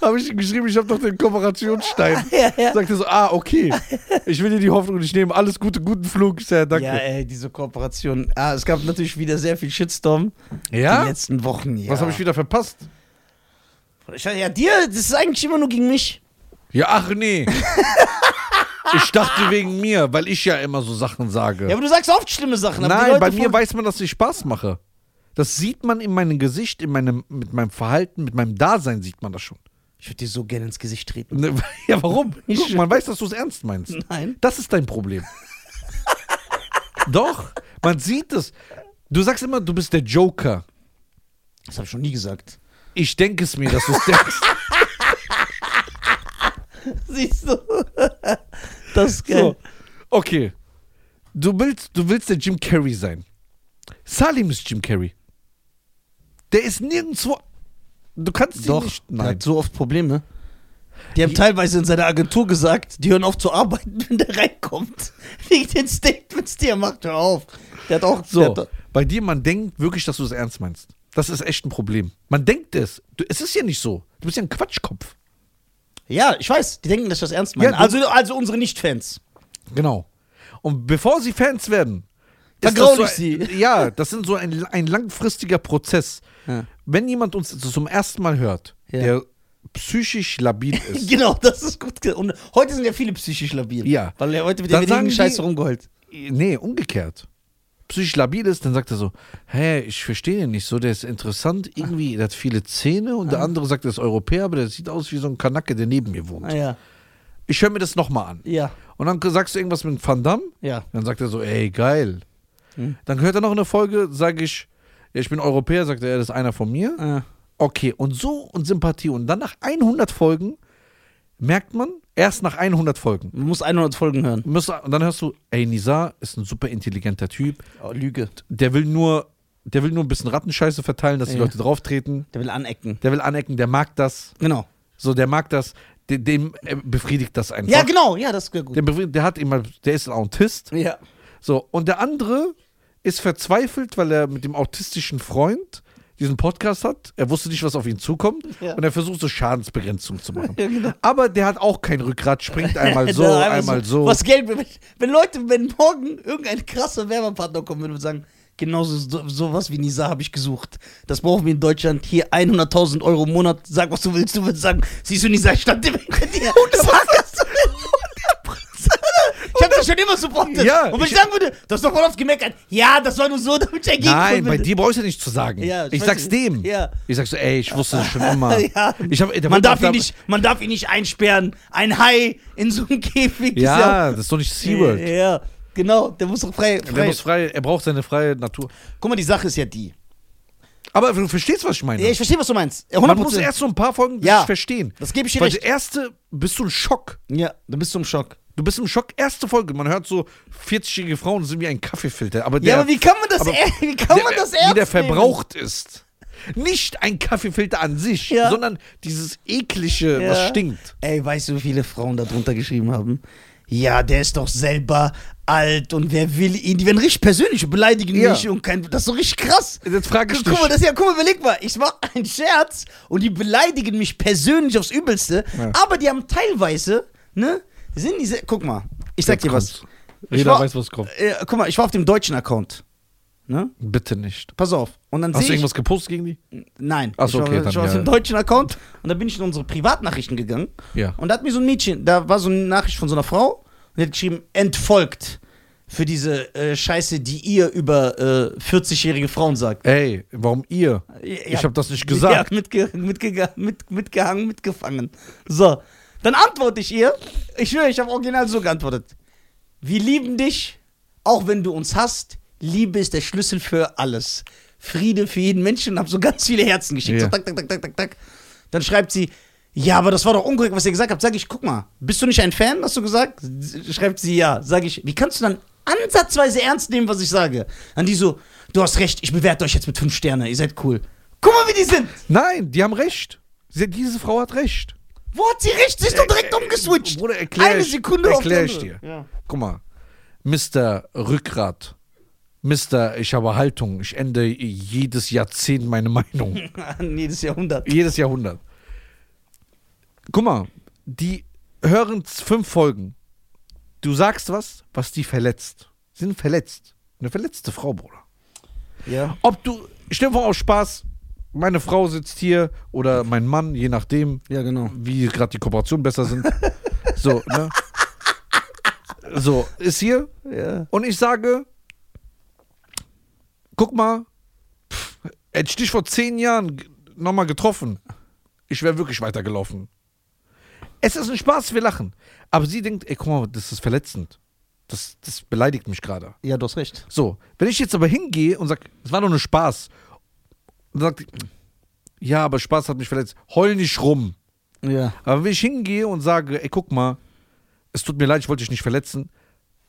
S1: habe ich ihm geschrieben, ich habe doch den Kooperationsstein.
S2: Ja, ja.
S1: Sagt er so, ah, okay. Ich will dir die Hoffnung, ich nehme alles Gute, guten Flug. Ich sage,
S2: ja,
S1: danke.
S2: ey, diese Kooperation. Ah, es gab natürlich wieder sehr viel Shitstorm
S1: Ja?
S2: die letzten Wochen. Ja.
S1: Was habe ich wieder verpasst?
S2: ich Ja, dir, das ist eigentlich immer nur gegen mich.
S1: Ja, ach nee. ich dachte wegen mir, weil ich ja immer so Sachen sage.
S2: Ja, aber du sagst oft schlimme Sachen. aber die
S1: Nein,
S2: Leute
S1: bei mir
S2: von-
S1: weiß man, dass ich Spaß mache. Das sieht man in meinem Gesicht, in meinem, mit meinem Verhalten, mit meinem Dasein sieht man das schon.
S2: Ich würde dir so gerne ins Gesicht treten.
S1: Ne, Ja, warum? Guck, man weiß, dass du es ernst meinst.
S2: Nein.
S1: Das ist dein Problem. Doch, man sieht es. Du sagst immer, du bist der Joker.
S2: Das habe ich schon nie gesagt.
S1: Ich denke es mir, dass du es denkst.
S2: Siehst du? Das ist geil.
S1: So. Okay. Du willst, du willst der Jim Carrey sein. Salim ist Jim Carrey. Der ist nirgendwo. Du kannst ihn
S2: Doch,
S1: nicht.
S2: der hat so oft Probleme. Die haben teilweise in seiner Agentur gesagt, die hören auf zu arbeiten, wenn der reinkommt. Wegen den Statements, die er macht, hör auf. Der hat auch der
S1: So,
S2: hat,
S1: bei dir, man denkt wirklich, dass du es ernst meinst. Das ist echt ein Problem. Man denkt es. Du, es ist ja nicht so. Du bist ja ein Quatschkopf.
S2: Ja, ich weiß, die denken, dass ich das ernst meine.
S1: Ja, du-
S2: also, also unsere Nicht-Fans.
S1: Genau. Und bevor sie Fans werden, ist
S2: Vergraul
S1: das so
S2: ich
S1: ein-
S2: sie.
S1: Ja, das ist so ein, ein langfristiger Prozess.
S2: Ja.
S1: Wenn jemand uns zum ersten Mal hört,
S2: Ja.
S1: der psychisch labil ist,
S2: Genau, das ist gut. ge- Und heute sind ja viele psychisch labil.
S1: Ja.
S2: Weil ja heute wird
S1: Dann
S2: ja wenigen
S1: sagen die-
S2: Scheiße rumgeheult.
S1: nee, umgekehrt, psychisch labil ist, dann sagt er so, hä, ich verstehe ihn nicht so, der ist interessant, irgendwie, der hat viele Zähne und
S2: Ah.
S1: der andere sagt, er ist Europäer, aber der sieht aus wie so ein Kanacke, der neben mir wohnt.
S2: Ah, ja.
S1: Ich höre mir das nochmal an.
S2: Ja.
S1: Und dann sagst du irgendwas mit Van Damme.
S2: Ja. Hm.
S1: Dann sagt er so, ey, geil. Dann hört er noch eine Folge, sage ich, ja, ich bin Europäer, sagt er, das ist einer von mir.
S2: Ah.
S1: Okay, und so und Sympathie. Und dann nach 100 Folgen merkt man, erst nach 100 Folgen,
S2: Man muss 100 Folgen hören.
S1: müsst- und dann hörst du, ey, Nizar ist ein super intelligenter Typ,
S2: Oh, Lüge.
S1: der will nur, der will nur ein bisschen Rattenscheiße verteilen, dass die
S2: Ja.
S1: Leute drauftreten,
S2: Der will anecken.
S1: der will anecken, der mag das,
S2: Genau.
S1: so, der mag das, dem, dem äh, befriedigt das einfach.
S2: Ja, genau. Ja, das ist gut.
S1: Der, befriedigt- der hat immer, der ist ein Autist.
S2: ja.
S1: So, und der andere ist verzweifelt, weil er mit dem autistischen Freund diesen Podcast hat. Er wusste nicht, was auf ihn zukommt.
S2: Ja.
S1: Und er versucht so Schadensbegrenzung zu machen.
S2: Ja, genau.
S1: Aber der hat auch kein Rückgrat, springt einmal so,
S2: Da
S1: einmal so.
S2: Was Geld, wenn, wenn Leute, wenn morgen irgendein krasser Werbepartner kommen würde und sagen, genauso so, sowas wie Nisa habe ich gesucht. Das brauchen wir in Deutschland. Hier 100.000 Euro im Monat. Sag, was du willst. Du würdest sagen, siehst du, Nisa, ich stand dir hinter dir. Sag, was du willst. Ich hab das schon immer supportet.
S1: Ja,
S2: und wenn ich,
S1: ich-
S2: sagen würde, das ist doch voll oft gemeckert. Ja, das war nur so, damit ich ein
S1: Nein, bei
S2: bin.
S1: dir brauchst du nicht zu sagen.
S2: Ja, ich
S1: ich
S2: weiß
S1: sag's
S2: nicht.
S1: dem.
S2: Ja.
S1: Ich sag so, ey, ich wusste das schon immer.
S2: Ja.
S1: Ah. ich hab, der
S2: man,
S1: wurde
S2: darf
S1: auch da-
S2: ihn nicht, man darf ihn nicht einsperren. Ein Hai in so einem Käfig ist
S1: Ja, das ist doch nicht SeaWorld.
S2: Ja, genau, der muss doch frei. Äh, frei.
S1: Der muss frei, er braucht seine freie Natur.
S2: Guck mal, die Sache ist ja die.
S1: Aber du verstehst, was ich meine.
S2: Ja, ich verstehe, was du meinst. 100%.
S1: Man muss erst so ein paar Folgen
S2: Ja.
S1: dich verstehen.
S2: Das gebe ich dir
S1: Weil
S2: recht.
S1: der erste bist du ein Schock.
S2: Ja, du bist zum Schock.
S1: Du bist im Schock. Erste Folge. Man hört so 40-jährige Frauen sind wie ein Kaffeefilter. Aber der,
S2: ja, aber wie kann man das,
S1: aber
S2: er, wie kann
S1: der,
S2: man das
S1: wie
S2: ernst
S1: der
S2: nehmen?
S1: verbraucht ist. Nicht ein Kaffeefilter an sich,
S2: Ja.
S1: sondern dieses eklige,
S2: Ja.
S1: was stinkt.
S2: Ey, weißt du, wie viele Frauen da drunter geschrieben haben? Ja, der ist doch selber alt und wer will ihn? Die werden richtig persönlich und beleidigen
S1: Ja.
S2: mich und kein. Das ist doch richtig krass.
S1: Jetzt frage ich dich.
S2: Guck mal, das ist ja, guck mal, überleg mal, ich mach einen Scherz und die beleidigen mich persönlich aufs Übelste,
S1: Ja.
S2: aber die haben teilweise, ne, sind diese, guck mal, ich sag
S1: Jetzt
S2: dir was.
S1: kommt's.
S2: Ich war-
S1: was kommt.
S2: Äh, guck mal, ich war auf dem deutschen Account. Ne?
S1: Bitte nicht.
S2: Pass auf. Und dann
S1: Hast du
S2: sehe ich.
S1: irgendwas gepostet gegen die?
S2: Nein.
S1: Ach so,
S2: ich war,
S1: okay,
S2: ich
S1: dann,
S2: war
S1: ja,
S2: aus dem
S1: ja.
S2: deutschen Account und da bin ich in unsere Privatnachrichten gegangen.
S1: Ja.
S2: Und da hat mir so ein Mädchen, da war so eine Nachricht von so einer Frau und die hat geschrieben, entfolgt für diese äh, Scheiße, die ihr über äh, 40-jährige Frauen sagt.
S1: Ey, warum ihr? Ich habe das nicht gesagt.
S2: Ja, mitge mitge mit mitgehangen, mitgefangen. So, dann antworte ich ihr. Ich schwöre, ich habe original so geantwortet. Wir lieben dich, auch wenn du uns hast. Liebe ist der Schlüssel für alles. Friede für jeden Menschen und habe so ganz viele Herzen geschickt.
S1: Ja.
S2: So, tak, tak, tak, tak, tak, tak. Dann schreibt sie, ja, aber das war doch unkorrekt, was ihr gesagt habt. Sag ich, guck mal, bist du nicht ein Fan, hast du gesagt? Schreibt sie, ja. Sag ich, wie kannst du dann ansatzweise ernst nehmen, was ich sage? Dann die so, du hast recht, ich bewerte euch jetzt mit fünf Sterne, ihr seid cool. Guck mal, wie die sind.
S1: Nein, die haben recht. Sie, diese Frau hat recht.
S2: Wo hat sie recht? Sie ist doch direkt umgeswitcht.
S1: Äh, Bruder, erklär
S2: Eine
S1: ich-
S2: Sekunde
S1: erklär
S2: auf die
S1: ich
S2: andere.
S1: dir. Guck mal, Mr. Rückgrat, Mr. Ich habe Haltung, ich ändere jedes Jahrzehnt meine Meinung,
S2: nee, das ist Jahrhundert.
S1: jedes Jahrhundert. Guck mal, die hören z- fünf Folgen. Du sagst was, was die verletzt. Sie sind verletzt. Eine verletzte Frau, Bruder.
S2: Ja.
S1: Ob du, ich nehme vor aus Spaß, meine Frau sitzt hier oder mein Mann, je nachdem,
S2: Ja, genau.
S1: wie gerade die Kooperationen besser sind. so, ne? So, ist hier.
S2: Ja.
S1: Und ich sage, guck mal, pff, hätte ich dich vor zehn Jahren nochmal getroffen, ich wäre wirklich weitergelaufen. Es ist ein Spaß, wir lachen. Aber sie denkt, ey, guck mal, das ist verletzend. Das, das beleidigt mich gerade.
S2: ja, du hast recht.
S1: So, wenn ich jetzt aber hingehe und sage, es war nur nur Spaß, und sagt, ja, aber Spaß hat mich verletzt, heul nicht rum.
S2: Ja.
S1: Aber wenn ich hingehe und sage, ey, guck mal, es tut mir leid, ich wollte dich nicht verletzen,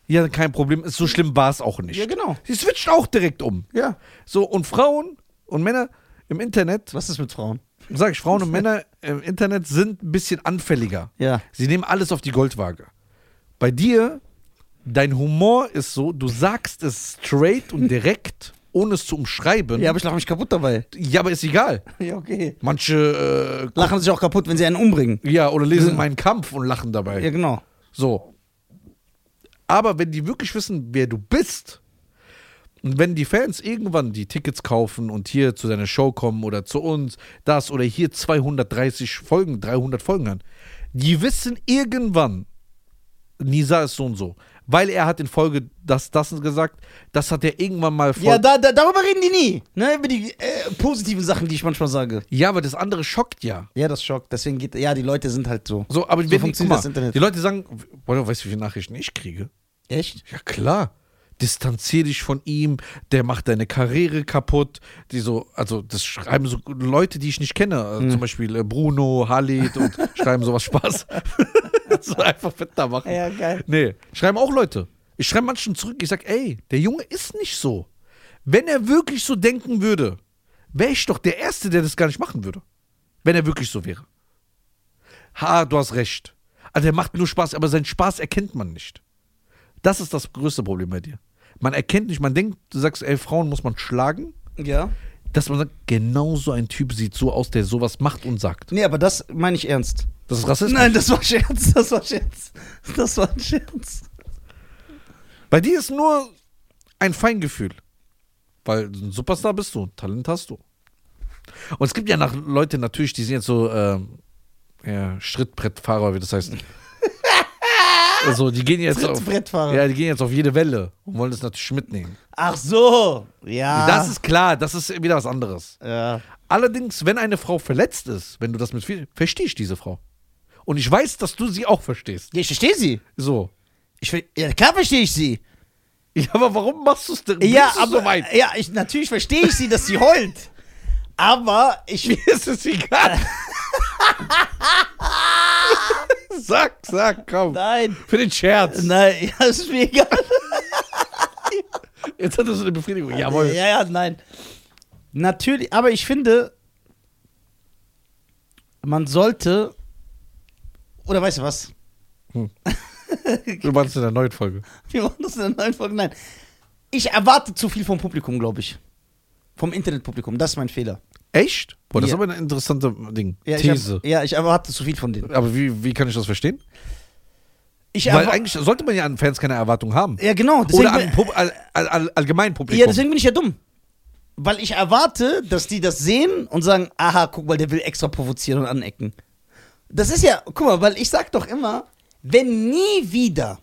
S1: ja, kein Problem, ist so schlimm war es auch nicht.
S2: Ja, genau.
S1: Sie switcht auch direkt um.
S2: Ja.
S1: So, und Frauen und Männer im Internet,
S2: Was ist mit Frauen?
S1: sage ich, Frauen und Männer im Internet sind ein bisschen anfälliger.
S2: Ja.
S1: Sie nehmen alles auf die Goldwaage. Bei dir, dein Humor ist so, du sagst es straight und direkt, ohne es zu umschreiben.
S2: Ja, aber ich lache mich kaputt dabei.
S1: Ja, aber ist egal.
S2: Ja, okay.
S1: Manche,
S2: Lachen sich auch kaputt, wenn sie einen umbringen.
S1: äh, ja, oder lesen meinen Kampf und lachen dabei.
S2: Ja, genau.
S1: So. Aber wenn die wirklich wissen, wer du bist, und wenn die Fans irgendwann die Tickets kaufen und hier zu deiner Show kommen oder zu uns, das oder hier 230 Folgen, 300 Folgen an, die wissen irgendwann, Nisa ist so und so. Weil er hat in Folge das, das gesagt, das hat er irgendwann mal vor.
S2: Ja, da, da, darüber reden die nie. Ne, über die äh, positiven Sachen, die ich manchmal sage.
S1: ja, aber das andere schockt ja.
S2: Ja, das schockt. Deswegen geht. Ja, die Leute sind halt so.
S1: So, aber wenn, guck
S2: funktioniert
S1: mal,
S2: das Internet.
S1: die Leute sagen, boah, weißt du, wie viele Nachrichten ich kriege?
S2: Echt?
S1: Ja, klar. Distanzier dich von ihm, der macht deine Karriere kaputt. Die so, also das schreiben so Leute, die ich nicht kenne. Also
S2: Hm.
S1: Zum Beispiel äh, Bruno, Halid und schreiben sowas Spaß. so einfach fetter machen.
S2: Ja, geil.
S1: Nee, schreiben auch Leute. Ich schreibe manchen zurück, ich sag, ey, der Junge ist nicht so. Wenn er wirklich so denken würde, wäre ich doch der Erste, der das gar nicht machen würde. Wenn er wirklich so wäre. Ha, du hast recht. Also der macht nur Spaß, aber seinen Spaß erkennt man nicht. Das ist das größte Problem bei dir. Man erkennt nicht, man denkt, du sagst, ey, Frauen muss man schlagen,
S2: Ja.
S1: dass man sagt, genau so ein Typ sieht so aus, der sowas macht und sagt.
S2: Nee, aber das meine ich ernst.
S1: Das ist Rassismus.
S2: Nein, das war Scherz. Das war Scherz. Das war ein Scherz.
S1: Bei dir ist nur ein Feingefühl. Weil ein Superstar bist du, Talent hast du. Und es gibt ja nach Leute natürlich, die sind jetzt so ähm, ja, Schrittbrettfahrer, wie das heißt. also die gehen jetzt auf,
S2: Brettfahrer.
S1: ja, die gehen jetzt auf jede Welle und wollen das natürlich mitnehmen.
S2: Ach so. Ja.
S1: Das ist klar, das ist wieder was anderes.
S2: Ja.
S1: Allerdings, wenn eine Frau verletzt ist, wenn du das mit viel, verstehe ich diese Frau. Und ich weiß, dass du sie auch verstehst.
S2: Ja, ich verstehe sie.
S1: So.
S2: Ich, ver- ja, klar verstehe ich sie.
S1: Ja, aber warum machst du es denn?
S2: Ja,
S1: Bringst du's
S2: aber
S1: so weit?
S2: ja, ich natürlich verstehe ich sie, dass sie heult. Aber ich
S1: Mir ist es egal. sag, sag, komm.
S2: nein,
S1: Für den Scherz.
S2: nein, ja, ist mir egal.
S1: Jetzt hattest du eine Befriedigung.
S2: Ja,
S1: Jawohl.
S2: ja, nein. Natürlich, aber ich finde, man sollte oder weißt du was?
S1: Du meinst in der neuen Folge.
S2: Wir machen das in der neuen Folge. Nein, ich erwarte zu viel vom Publikum, glaube ich, vom Internetpublikum. Das ist mein Fehler.
S1: Echt? Boah, das
S2: Ja.
S1: ist aber eine interessante Ding.
S2: Ja,
S1: These.
S2: Ich hab, ja, ich erwarte zu viel von denen.
S1: aber wie, wie kann ich das verstehen?
S2: Ich
S1: Weil
S2: erwar-
S1: eigentlich sollte man ja an Fans keine Erwartung haben.
S2: ja, genau.
S1: Oder
S2: bin-
S1: an Pub all, all, all, allgemein Publikum.
S2: ja, deswegen bin ich ja dumm. Weil ich erwarte, dass die das sehen und sagen, aha, guck mal, der will extra provozieren und anecken. Das ist ja, guck mal, weil ich sag doch immer, wenn nie wieder,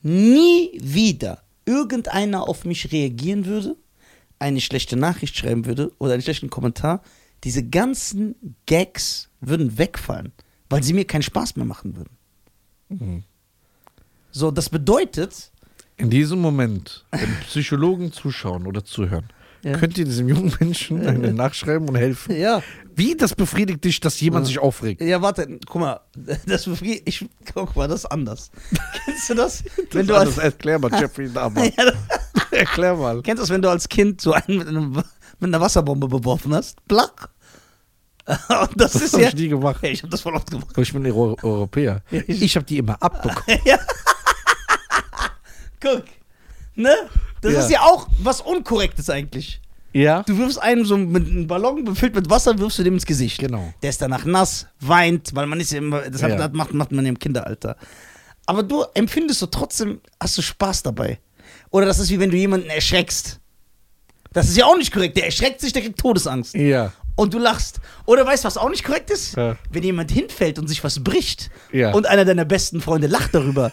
S2: nie wieder irgendeiner auf mich reagieren würde, eine schlechte Nachricht schreiben würde oder einen schlechten Kommentar, diese ganzen Gags würden wegfallen, weil sie mir keinen Spaß mehr machen würden. So, das bedeutet,
S1: In diesem Moment, wenn Psychologen zuschauen oder zuhören,
S2: Ja.
S1: könnt ihr diesem jungen Menschen einen nachschreiben und helfen.
S2: ja,
S1: Wie das befriedigt dich, dass jemand sich aufregt?
S2: Ja, warte, guck mal, das befriedigt, ich, guck mal, das ist anders. Kennst du das?
S1: Das
S2: wenn du
S1: alles,
S2: als,
S1: erklär mal, Jeffrey Dahmer.
S2: ja, das,
S1: erklär mal.
S2: kennst du das, wenn du als Kind so einen mit, einem, mit einer Wasserbombe beworfen hast? Plak! Und das,
S1: Das,
S2: ist
S1: habe
S2: ja,
S1: ich nie gemacht.
S2: Ey, ich hab das voll oft gemacht.
S1: Aber ich bin Euro Europäer.
S2: Ja, ich-
S1: Ich habe die immer abbekommen.
S2: ja. Guck, ne? Das
S1: Ja.
S2: ist ja auch was Unkorrektes eigentlich.
S1: Ja?
S2: Du wirfst einem so mit einem Ballon befüllt mit Wasser, wirfst du dem ins Gesicht.
S1: Genau.
S2: Der ist danach nass, weint, weil man ist ja immer, das hat,
S1: Ja.
S2: das macht, macht man im Kinderalter. Aber du empfindest du trotzdem, hast du Spaß dabei. Oder das ist wie wenn du jemanden erschreckst. Das ist ja auch nicht korrekt. Der erschreckt sich, der kriegt Todesangst.
S1: Ja.
S2: Und du lachst. Oder weißt du, was auch nicht korrekt ist?
S1: Ja.
S2: Wenn jemand hinfällt und sich was bricht
S1: Ja.
S2: und einer deiner besten Freunde lacht darüber.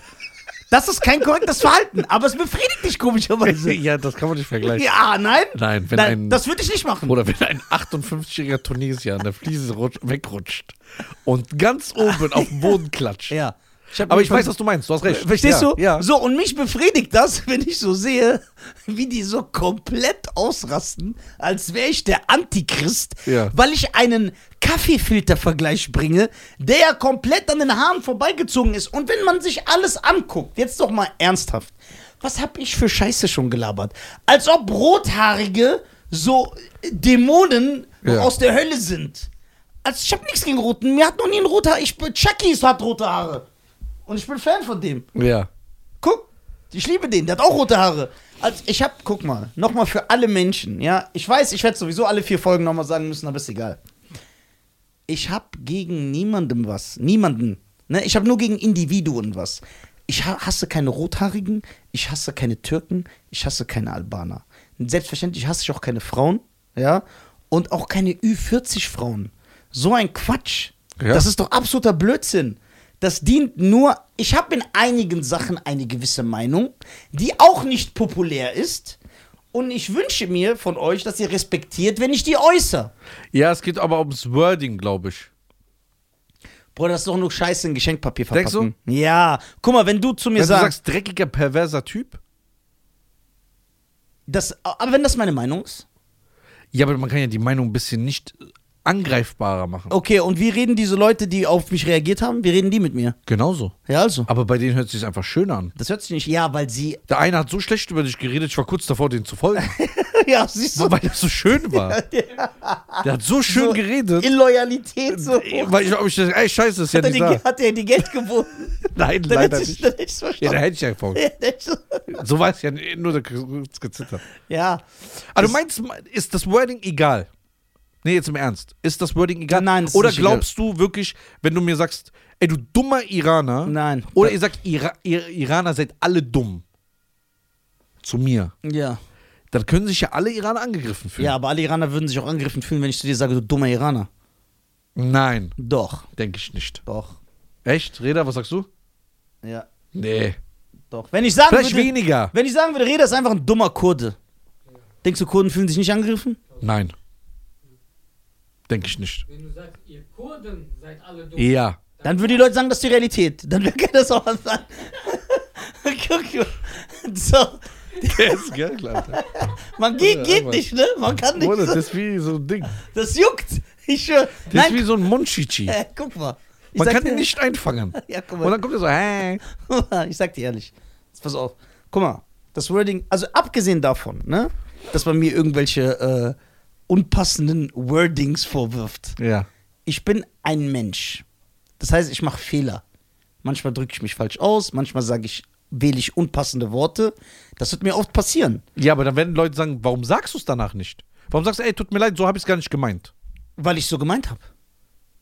S2: Das ist kein korrektes Verhalten, aber es befriedigt dich komischerweise.
S1: ja, das kann man nicht vergleichen.
S2: Ja, nein.
S1: Nein, wenn ein-
S2: Das würde ich nicht machen.
S1: Oder wenn ein 58-jähriger Tunesier an der Fliese rutsch, wegrutscht und ganz oben auf den Boden klatscht.
S2: Ja. hab
S1: Aber
S2: mir
S1: ich
S2: von-
S1: weiß, was du meinst. Du hast recht.
S2: Verstehst
S1: ja.
S2: du?
S1: Ja.
S2: So, und mich befriedigt das, wenn ich so sehe, wie die so komplett ausrasten, als wäre ich der Antichrist,
S1: Ja.
S2: weil ich einen Kaffeefiltervergleich bringe, der ja komplett an den Haaren vorbeigezogen ist. Und wenn man sich alles anguckt, jetzt doch mal ernsthaft, was hab ich für Scheiße schon gelabert? Als ob Rothaarige so Dämonen
S1: Ja.
S2: aus der Hölle sind. Also ich hab nichts gegen Roten. Mir hat noch nie ein roter Haar. Ich bin Chucky hat rote Haare. Und ich bin Fan von dem.
S1: Ja.
S2: Guck, ich liebe den, der hat auch rote Haare. Also ich hab, guck mal, nochmal für alle Menschen, ja. Ich weiß, ich werde sowieso alle vier Folgen nochmal sagen müssen, aber ist egal. Ich hab gegen niemandem was. Niemanden. Ne? Ich hab nur gegen Individuen was. Ich ha hasse keine Rothaarigen, ich hasse keine Türken, ich hasse keine Albaner. Und selbstverständlich hasse ich auch keine Frauen, ja. Und auch keine Ü40-Frauen. So ein Quatsch.
S1: Ja.
S2: Das ist doch absoluter Blödsinn. Das dient nur, ich habe in einigen Sachen eine gewisse Meinung, die auch nicht populär ist. Und ich wünsche mir von euch, dass ihr respektiert, wenn ich die äußere.
S1: Ja, es geht aber ums Wording, glaube ich.
S2: Bruder, das ist doch nur Scheiße in Geschenkpapier
S1: Denkst
S2: verpacken. Ja, guck mal, wenn du zu mir
S1: Wenn du
S2: sagst,
S1: sagst, dreckiger, perverser Typ.
S2: das, aber wenn das meine Meinung ist,
S1: Ja, aber man kann ja die Meinung ein bisschen nicht äh, angreifbarer machen.
S2: okay, und wie reden diese Leute, die auf mich reagiert haben? Wie reden die mit mir?
S1: Genauso.
S2: Ja, also.
S1: Aber bei denen hört es sich einfach schöner an.
S2: Das hört sich nicht, ja, weil sie,
S1: Der eine hat so schlecht über dich geredet, ich war kurz davor, den zu folgen.
S2: ja, siehst du,
S1: weil das so schön war. Der hat so schön geredet.
S2: Illoyalität so.
S1: Weil ich, ob ich das, ey, scheiße, ist ja
S2: Hat er,
S1: nicht
S2: die,
S1: da.
S2: hat er die Geld geboten?
S1: Nein,
S2: Dann
S1: leider
S2: hätte ich,
S1: nicht.
S2: dann hätte ich's
S1: Ja, da
S2: verstanden.
S1: hätte ich ja gefolgt.
S2: Ja, dann hätte ich-
S1: So weiß ich ja nicht, nur der kurz gezittert.
S2: ja.
S1: Also meinst du, ist das Wording egal? Nee, jetzt im Ernst. Ist das Wording egal?
S2: Nein, das ist
S1: Oder
S2: nicht
S1: glaubst du wirklich, wenn du mir sagst, ey, du dummer Iraner?
S2: Nein.
S1: Oder ihr sagt, Ira Ir Iraner seid alle dumm. Zu mir.
S2: Ja.
S1: Dann können sich ja alle Iraner angegriffen fühlen.
S2: ja, aber alle Iraner würden sich auch angegriffen fühlen, wenn ich zu dir sage, du dummer Iraner.
S1: Nein,
S2: Doch,
S1: denke ich nicht.
S2: doch,
S1: Echt? Reda, was sagst du?
S2: ja,
S1: Nee.
S2: doch. Wenn ich sagen
S1: Vielleicht
S2: würde,
S1: weniger.
S2: Wenn ich sagen würde, Reda ist einfach ein dummer Kurde. Denkst du, Kurden fühlen sich nicht angegriffen?
S1: Nein. Denke ich nicht.
S3: Wenn du sagst, ihr Kurden seid alle dumm,
S1: Ja.
S2: Dann würden die Leute sagen, das ist die Realität. Dann wäre das auch was an. Guck mal. So,
S1: Der ist geil, Alter.
S2: man geht,
S1: Ja,
S2: geht
S1: Mann.
S2: nicht, ne? Man kann nicht.
S1: Bruder, das
S2: So.
S1: ist wie so ein Ding. Das
S2: Das juckt. Ich schwör.
S1: ist
S2: Nein,
S1: wie so ein Munchichi.
S2: äh, guck mal. Ich
S1: Man
S2: sag
S1: kann
S2: dir-
S1: ihn nicht einfangen.
S2: Ja, guck
S1: Und
S2: mal.
S1: dann kommt er so, hey.
S2: ich sag dir ehrlich. Jetzt pass auf. Guck mal, das Wording, also abgesehen davon, ne? Dass man mir irgendwelche äh, unpassenden Wordings vorwirft.
S1: Ja.
S2: ich bin ein Mensch. Das heißt, ich mache Fehler. Manchmal drücke ich mich falsch aus, manchmal sage ich, wähle ich unpassende Worte. Das wird mir oft passieren.
S1: Ja, aber dann werden Leute sagen, warum sagst du es danach nicht? Warum sagst du, ey, tut mir leid, so habe ich es gar nicht gemeint?
S2: Weil ich so gemeint habe.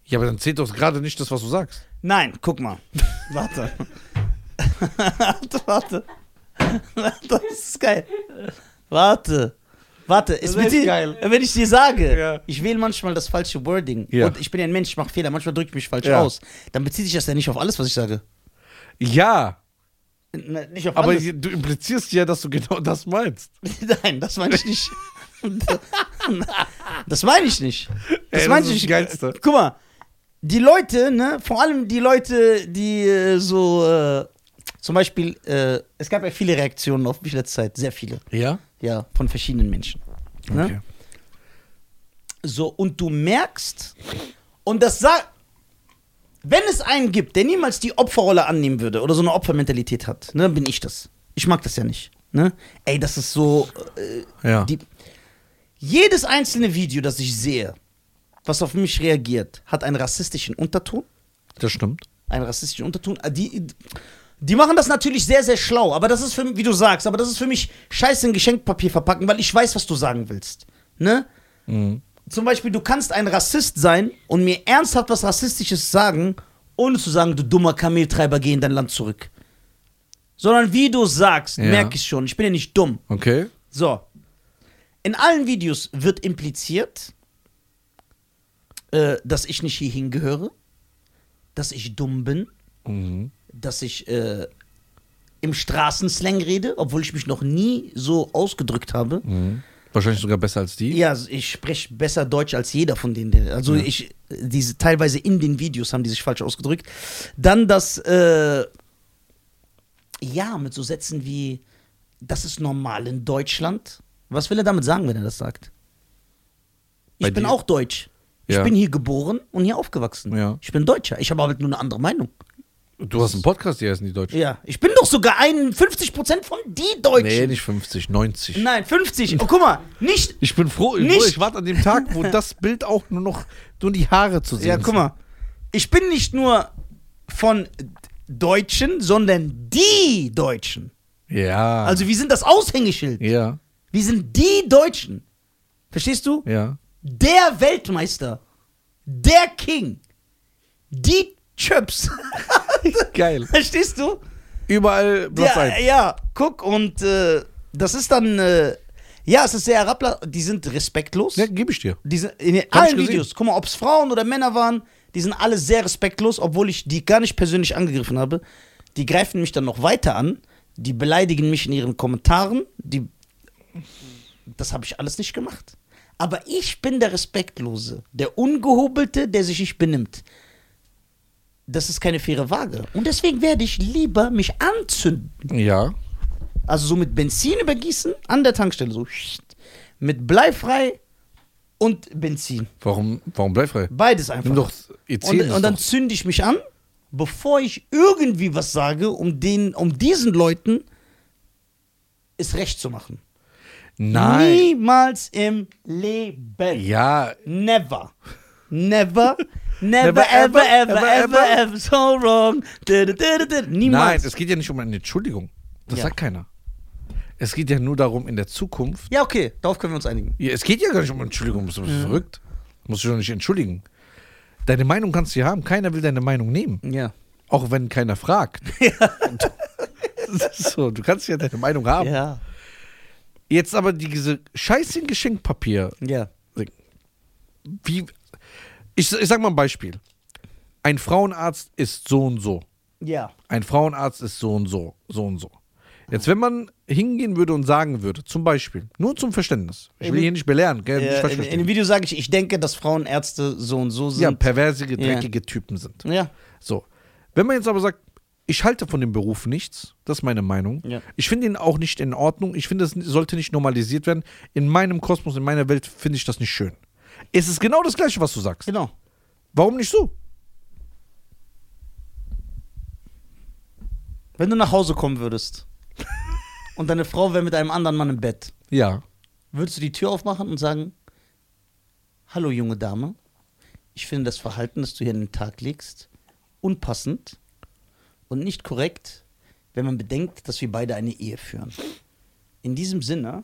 S1: Ja, aber dann zählt doch gerade nicht das, was du sagst.
S2: Nein, guck mal. Warte. warte, warte. Das ist geil. Warte. Warte,
S4: Das
S2: ist mit
S4: ist
S2: dir,
S4: geil.
S2: wenn ich dir sage,
S4: Ja.
S2: ich wähle manchmal das falsche Wording
S1: Ja.
S2: und ich bin ja ein Mensch, ich mache Fehler, manchmal drücke ich mich falsch
S1: Ja.
S2: aus, dann bezieht sich das ja nicht auf alles, was ich sage.
S1: Ja,
S2: Na, Nicht auf
S1: aber
S2: alles.
S1: je- du implizierst ja, dass du genau das meinst.
S2: Nein, das meine ich nicht. das meine ich nicht. Das
S1: Ey,
S2: meine
S1: das
S2: ich
S1: ist
S2: nicht.
S1: das Geilste.
S2: Guck mal, die Leute, ne, vor allem die Leute, die äh, so, äh, zum Beispiel, äh, es gab ja viele Reaktionen auf mich letzte Zeit, sehr viele,
S1: Ja?
S2: ja, von verschiedenen Menschen. Ne?
S1: Okay.
S2: So, und du merkst, und das sagt, wenn es einen gibt, der niemals die Opferrolle annehmen würde oder so eine Opfermentalität hat, ne, bin ich das. Ich mag das ja nicht. Ne? Ey, das ist so. Äh,
S1: Ja.
S2: die, jedes einzelne Video, das ich sehe, was auf mich reagiert, hat einen rassistischen Unterton.
S1: Das stimmt.
S2: Einen rassistischen Unterton. Ah, Die, die machen das natürlich sehr, sehr schlau, aber das ist für mich, wie du sagst, aber das ist für mich Scheiße in Geschenkpapier verpacken, weil ich weiß, was du sagen willst. Ne?
S1: Mhm.
S2: Zum Beispiel, du kannst ein Rassist sein und mir ernsthaft was Rassistisches sagen, ohne zu sagen, du dummer Kameltreiber, geh in dein Land zurück. Sondern wie du sagst,
S1: Ja.
S2: merke ich schon, ich bin ja nicht dumm.
S1: Okay.
S2: So. In allen Videos wird impliziert, äh, dass ich nicht hierhin gehöre, dass ich dumm bin,
S1: Mhm.
S2: dass ich äh, im Straßenslang rede, obwohl ich mich noch nie so ausgedrückt habe.
S1: Mhm. Wahrscheinlich sogar besser als die.
S2: Ja, also ich spreche besser Deutsch als jeder von denen. der- Also ich, diese teilweise in den Videos haben die sich falsch ausgedrückt. Dann das, äh, ja, mit so Sätzen wie, das ist normal in Deutschland. Was will er damit sagen, wenn er das sagt? Ich
S1: Bei
S2: bin
S1: dir?
S2: auch deutsch. Ich
S1: Ja.
S2: bin hier geboren und hier aufgewachsen.
S1: Ja.
S2: Ich bin Deutscher. Ich habe halt nur eine andere Meinung.
S1: Du hast einen Podcast, die heißt die Deutsche.
S2: Ja, ich bin doch sogar 51% von die Deutschen.
S1: Nee, nicht 50, 90.
S2: Nein, 50. Oh, guck mal, nicht
S1: Ich bin froh, ich,
S2: Nicht-
S1: ich warte an dem Tag, wo das Bild auch nur noch nur die Haare zu sehen
S2: Ja, guck mal. Ich bin nicht nur von Deutschen, sondern die Deutschen.
S1: sind. Ja.
S2: Also wir sind das Aushängeschild.
S1: ja,
S2: Wir sind die Deutschen. Verstehst du?
S1: ja.
S2: Der Weltmeister. Der King. Die Chips.
S1: Geil.
S2: Verstehst du?
S1: Überall Platz
S2: Ja,
S1: ein.
S2: ja, guck und äh, das ist dann, äh, ja, es ist sehr herabla... Die sind respektlos.
S1: Ja, Ne, gebe ich dir.
S2: Die sind in den-
S1: Hab ich
S2: allen
S1: gesehen.
S2: Videos, guck mal, ob es Frauen oder Männer waren, die sind alle sehr respektlos, obwohl ich die gar nicht persönlich angegriffen habe. Die greifen mich dann noch weiter an, die beleidigen mich in ihren Kommentaren, die. Das habe ich alles nicht gemacht. Aber ich bin der Respektlose, der Ungehobelte, der sich nicht benimmt. Das ist keine faire Waage. Und deswegen werde ich lieber mich anzünden.
S1: Ja.
S2: Also so mit Benzin übergießen an der Tankstelle. So mit bleifrei und Benzin.
S1: Warum, warum bleib frei?
S2: Beides einfach.
S1: Nimm doch
S2: und,
S1: E10.
S2: und dann
S1: ist
S2: zünde ich mich an, bevor ich irgendwie was sage, um, den, um diesen Leuten es recht zu machen.
S1: doch. Nein.
S2: Niemals im Leben.
S1: Ja,
S2: Never. Never. Never,
S1: Never, ever,
S2: ever, ever, ever,
S1: ever,
S2: ever, so wrong. Du, du, du, du, du.
S1: nein,
S2: Niemals.
S1: es geht ja nicht um eine Entschuldigung. Das
S2: Ja.
S1: sagt keiner. Es geht ja nur darum, in der Zukunft.
S2: ja, okay, darauf können wir uns einigen.
S1: Ja, es geht ja gar nicht um Entschuldigung. Bist du
S2: Mhm.
S1: bist verrückt? Musst du doch nicht entschuldigen. Deine Meinung kannst du ja haben. Keiner will deine Meinung nehmen.
S2: Ja.
S1: Auch wenn keiner fragt. Das ist so, du kannst ja deine Meinung haben.
S2: Ja.
S1: Jetzt aber diese Scheiße in Geschenkpapier.
S2: Ja.
S1: Wie, ich, ich sag mal ein Beispiel. Ein Frauenarzt ist so und so.
S2: Ja.
S1: Ein Frauenarzt ist so und so, so und so. Jetzt, wenn man hingehen würde und sagen würde, zum Beispiel, nur zum Verständnis, ich will hier nicht belehren, gell, nicht
S2: Ja,
S1: falsch
S2: in, Äh, in
S1: verstehen.
S2: dem Video sage ich, ich denke, dass Frauenärzte so und so sind.
S1: ja, perverse,
S2: Ja.
S1: dreckige Typen sind.
S2: ja.
S1: So. Wenn man jetzt aber sagt, ich halte von dem Beruf nichts, das ist meine Meinung.
S2: Ja.
S1: Ich finde ihn auch nicht in Ordnung. Ich finde, es sollte nicht normalisiert werden. In meinem Kosmos, in meiner Welt finde ich das nicht schön. Es ist genau das Gleiche, was du sagst.
S2: Genau.
S1: Warum nicht so?
S2: Wenn du nach Hause kommen würdest und deine Frau wäre mit einem anderen Mann im Bett,
S1: Ja.
S2: würdest du die Tür aufmachen und sagen, hallo junge Dame, ich finde das Verhalten, das du hier an den Tag legst, unpassend und nicht korrekt, wenn man bedenkt, dass wir beide eine Ehe führen. In diesem Sinne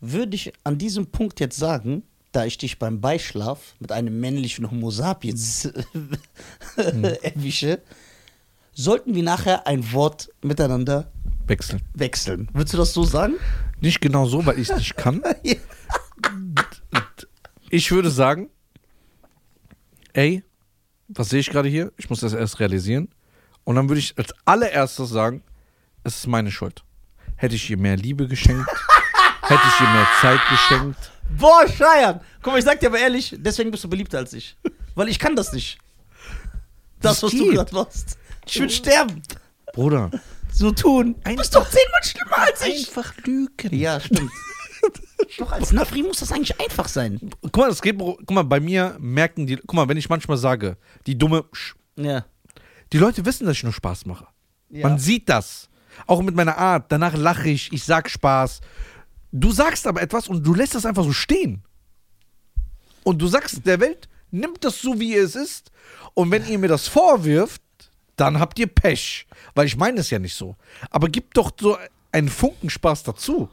S2: würde ich an diesem Punkt jetzt sagen, da ich dich beim Beischlaf mit einem männlichen Homo sapiens erwische, sollten wir nachher ein Wort miteinander
S1: Wechseln.
S2: wechseln. Würdest du das so sagen?
S1: Nicht genau so, weil ich es nicht kann.
S2: Ja.
S1: Ich würde sagen, ey, was sehe ich gerade hier? Ich muss das erst realisieren. Und dann würde ich als allererstes sagen, es ist meine Schuld. Hätte ich ihr mehr Liebe geschenkt, hätte ich ihr mehr Zeit geschenkt.
S2: Boah, Scheiern! Guck mal, ich sag dir aber ehrlich, deswegen bist du beliebter als ich. Weil ich kann das nicht. Das,
S1: Das
S2: was du
S1: geht.
S2: gerade machst. Ich will sterben.
S1: Bruder,
S2: So tun. Du bist doch zehnmal schlimmer als ich.
S1: einfach lügen.
S2: Ja, stimmt. doch, als Nafri muss das eigentlich einfach sein.
S1: Guck mal, das geht, guck mal, bei mir merken die, guck mal, wenn ich manchmal sage, die dumme, Sch-
S2: Ja.
S1: die Leute wissen, dass ich nur Spaß mache.
S2: Ja.
S1: Man sieht das. Auch mit meiner Art. Danach lache ich, ich sag Spaß. Du sagst aber etwas und du lässt das einfach so stehen. Und du sagst der Welt, nimmt das so, wie es ist. Und wenn ihr mir das vorwirft, dann habt ihr Pech. Weil ich meine es ja nicht so. Aber gib doch so einen Funken Spaß dazu.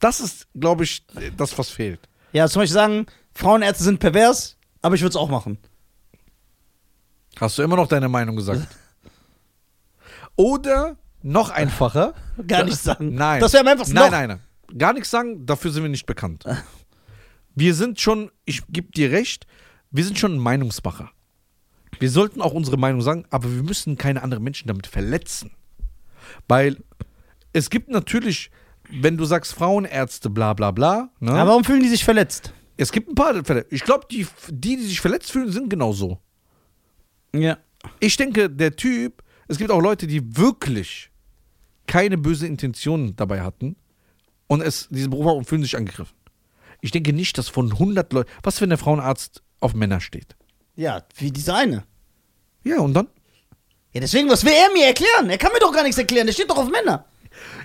S1: Das ist, glaube ich, das, was fehlt.
S2: ja, zum Beispiel sagen, Frauenärzte sind pervers, aber ich würde es auch machen.
S1: Hast du immer noch deine Meinung gesagt? Oder noch einfacher.
S2: Gar nichts sagen.
S1: Nein.
S2: Das wäre am einfachsten.
S1: Nein,
S2: Doch.
S1: nein, nein. Gar nichts sagen, dafür sind wir nicht bekannt. Wir sind schon, ich gebe dir recht, wir sind schon ein Meinungsmacher. Wir sollten auch unsere Meinung sagen, aber wir müssen keine anderen Menschen damit verletzen. Weil es gibt natürlich, wenn du sagst Frauenärzte, bla bla bla, ne?
S2: Aber warum fühlen die sich verletzt?
S1: es gibt ein paar Fälle. Ich glaube, die, die, die sich verletzt fühlen, sind genauso.
S2: Ja.
S1: Ich denke, der Typ, es gibt auch Leute, die wirklich keine böse Intention dabei hatten und es diesen Beruf haben und fühlen sich angegriffen. Ich denke nicht, dass von 100 Leuten, was wenn der Frauenarzt auf Männer steht?
S2: Ja, wie diese eine.
S1: Ja, und dann?
S2: Ja, deswegen, was will er mir erklären? Er kann mir doch gar nichts erklären, der steht doch auf Männer.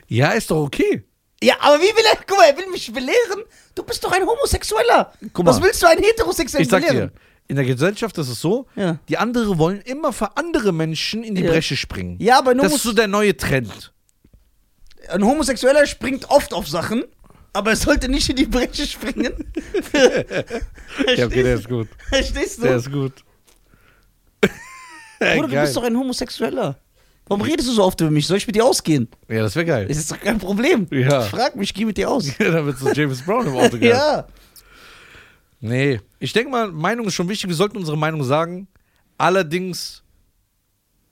S1: Ja, ist doch okay.
S2: Ja, aber wie will er, guck mal, er will mich belehren? Du bist doch ein Homosexueller.
S1: Guck
S2: was
S1: mal.
S2: willst du einen Heterosexuellen
S1: Ich sag dir,
S2: belehren?
S1: in der Gesellschaft ist es so,
S2: Ja.
S1: die anderen wollen immer für andere Menschen in die
S2: Ja.
S1: Bresche springen.
S2: Ja, aber nur
S1: das
S2: muss-
S1: ist so der neue Trend.
S2: Ein Homosexueller springt oft auf Sachen, aber er sollte nicht in die Bresche springen. Verstehst
S1: ist gut.
S2: du? Verstehst du?
S1: ist gut.
S2: Bruder, du bist doch ein Homosexueller. Warum redest du so oft über mich? Soll ich mit dir ausgehen?
S1: ja, das wäre geil.
S2: Das ist doch kein Problem.
S1: Ja.
S2: Frag mich, geh mit dir aus.
S1: Dann wird so James Brown im Auto gehabt.
S2: ja.
S1: Nee, ich denke mal, Meinung ist schon wichtig. Wir sollten unsere Meinung sagen. Allerdings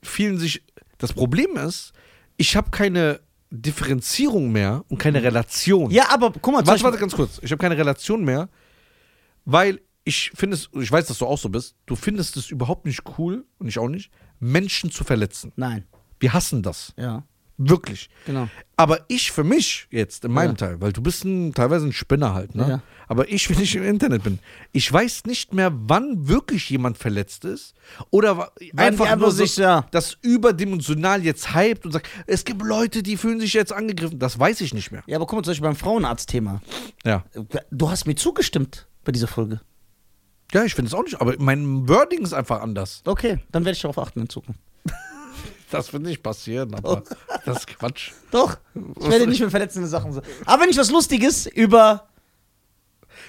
S1: vielen sich. Das Problem ist, ich habe keine Differenzierung mehr und keine Relation.
S2: Ja, aber guck mal, zum
S1: Warte,
S2: Beispiel-
S1: warte ganz kurz. Ich habe keine Relation mehr, weil ich finde es, ich weiß, dass du auch so bist, du findest es überhaupt nicht cool, und ich auch nicht, Menschen zu verletzen.
S2: Nein.
S1: Wir hassen das.
S2: Ja.
S1: Wirklich.
S2: Genau.
S1: Aber ich für mich jetzt, in meinem
S2: Ja.
S1: Teil, weil du bist ein, teilweise ein Spinner halt, ne?
S2: Ja.
S1: Aber ich, wenn ich im Internet bin, ich weiß nicht mehr, wann wirklich jemand verletzt ist oder wa- einfach nur
S2: die einfach
S1: sich,
S2: sich, ja.
S1: das überdimensional jetzt hypt und sagt, es gibt Leute, die fühlen sich jetzt angegriffen. Das weiß ich nicht mehr.
S2: Ja, aber guck mal, zum Beispiel beim Frauenarzt-Thema.
S1: Ja.
S2: Du hast mir zugestimmt bei dieser Folge.
S1: Ja, ich finde es auch nicht, aber mein Wording ist einfach anders.
S2: Okay, dann werde ich darauf achten in Zukunft.
S1: Das wird nicht passieren, aber das ist Quatsch.
S2: Doch, ich werde nicht mehr verletzende Sachen sagen. Aber wenn ich was Lustiges über.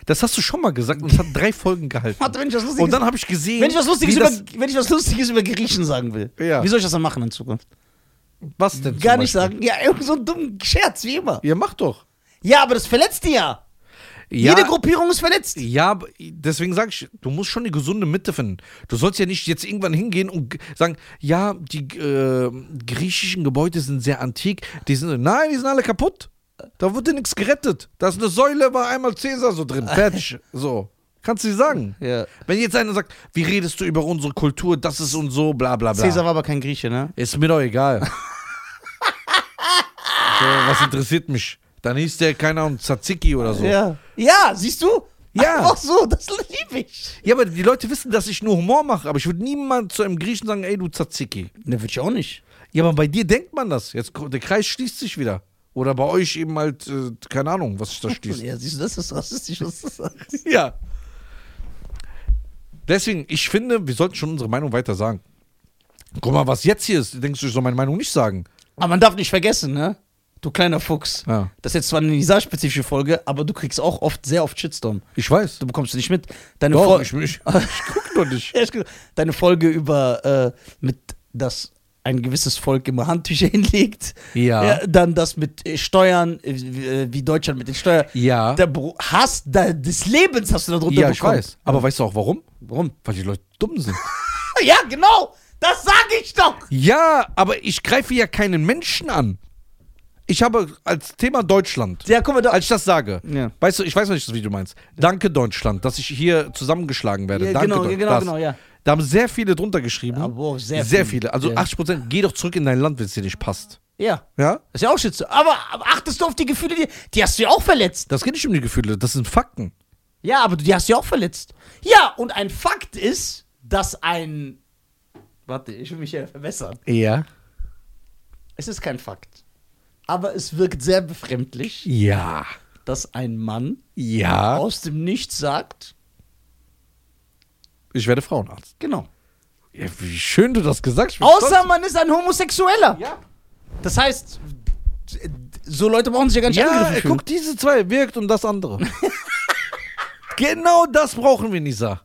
S1: Das hast du schon mal gesagt und es hat drei Folgen gehalten.
S2: Warte, wenn ich was Lustiges,
S1: Und dann habe ich gesehen,
S2: wenn ich was Lustiges
S1: wie
S2: über,
S1: das,
S2: wenn ich was Lustiges über Griechen sagen will,
S1: Ja.
S2: wie soll ich das dann machen in Zukunft?
S1: was denn? zum
S2: Gar nicht
S1: Beispiel?
S2: sagen. Ja, irgend so einen dummen Scherz, wie immer.
S1: Ja, mach doch.
S2: Ja, aber das verletzt die ja.
S1: Ja,
S2: Jede Gruppierung ist verletzt.
S1: Ja, aber deswegen sage ich, du musst schon eine gesunde Mitte finden. Du sollst ja nicht jetzt irgendwann hingehen und g- sagen, ja, die äh, griechischen Gebäude sind sehr antik. Die sind, nein, die sind alle kaputt. Da wurde nichts gerettet. Da ist eine Säule, war einmal Cäsar so drin. Fertig. So. Kannst du dir sagen?
S2: Ja.
S1: Wenn jetzt einer sagt, wie redest du über unsere Kultur, das ist und so, bla bla bla.
S2: Cäsar war aber kein Grieche, ne?
S1: Ist mir doch egal. so, was interessiert mich? Dann hieß der, keine Ahnung, Tzatziki oder so.
S2: Ja. Ja, siehst du?
S1: Ja.
S2: Auch so, das liebe ich.
S1: Ja, aber die Leute wissen, dass ich nur Humor mache, aber ich würde niemand zu einem Griechen sagen, ey, du Tzatziki.
S2: Ne, würde ich auch nicht.
S1: Ja, aber bei dir denkt man das. Jetzt ko- der Kreis schließt sich wieder. Oder bei euch eben halt, äh, keine Ahnung, was sich da schließt.
S2: Ja, siehst du, das ist rassistisch, was du sagst.
S1: ja. Deswegen, ich finde, wir sollten schon unsere Meinung weiter sagen. Guck mal, was jetzt hier ist, denkst du, ich soll meine Meinung nicht sagen?
S2: Aber man darf nicht vergessen, ne? Du kleiner Fuchs.
S1: Ja.
S2: Das ist jetzt zwar eine Nisa-spezifische Folge, aber du kriegst auch oft, sehr oft Shitstorm.
S1: Ich weiß.
S2: Du bekommst nicht mit. Deine,
S1: Doch,
S2: Fol-
S1: ich, ich, ich guck doch nicht.
S2: Ja, ich- Deine Folge über äh, mit dass ein gewisses Volk immer Handtücher hinlegt.
S1: Ja.
S2: Ja, dann das mit äh, Steuern, äh, wie äh, wie Deutschland mit den Steuern.
S1: Ja.
S2: Der Bro- Hass da- des Lebens hast du da drunter
S1: ja, ich
S2: bekommen.
S1: weiß. Aber weißt du auch warum?
S2: Warum?
S1: Weil die Leute dumm sind.
S2: Ja, genau. Das sage ich doch.
S1: ja, aber ich greife ja keinen Menschen an. Ich habe als Thema Deutschland.
S2: Ja, guck mal, da.
S1: Als ich das sage,
S2: Ja.
S1: weißt du, ich weiß nicht, wie du meinst. Danke Deutschland, dass ich hier zusammengeschlagen werde.
S2: Ja,
S1: Danke
S2: genau,
S1: Deutschland.
S2: genau,
S1: das.
S2: genau, ja.
S1: Da haben sehr viele drunter geschrieben.
S2: Ja, boah, sehr
S1: sehr,
S2: viele.
S1: viele. Also
S2: Ja.
S1: 80 Prozent, geh doch zurück in dein Land, wenn es dir nicht passt.
S2: ja.
S1: Ja?
S2: Ist ja auch Schütze. Aber, aber achtest du auf die Gefühle, die, die hast du ja auch verletzt.
S1: Das geht nicht um die Gefühle, das sind Fakten.
S2: Ja, aber du- die hast du ja auch verletzt. Ja, und ein Fakt ist, dass ein. Warte, ich will mich ja verbessern.
S1: Ja.
S2: Es ist kein Fakt. Aber es wirkt sehr befremdlich,
S1: Ja.
S2: dass ein Mann
S1: Ja.
S2: aus dem Nichts sagt.
S1: Ich werde Frauenarzt.
S2: Genau.
S1: Ja, wie schön du das gesagt hast. Ich bin
S2: Außer
S1: stolz.
S2: man ist ein Homosexueller.
S1: Ja.
S2: Das heißt, so Leute brauchen sich ja gar nicht
S1: Ja, äh,
S2: angegriffen
S1: guck, diese zwei wirkt und das andere. genau das brauchen wir, Nisa.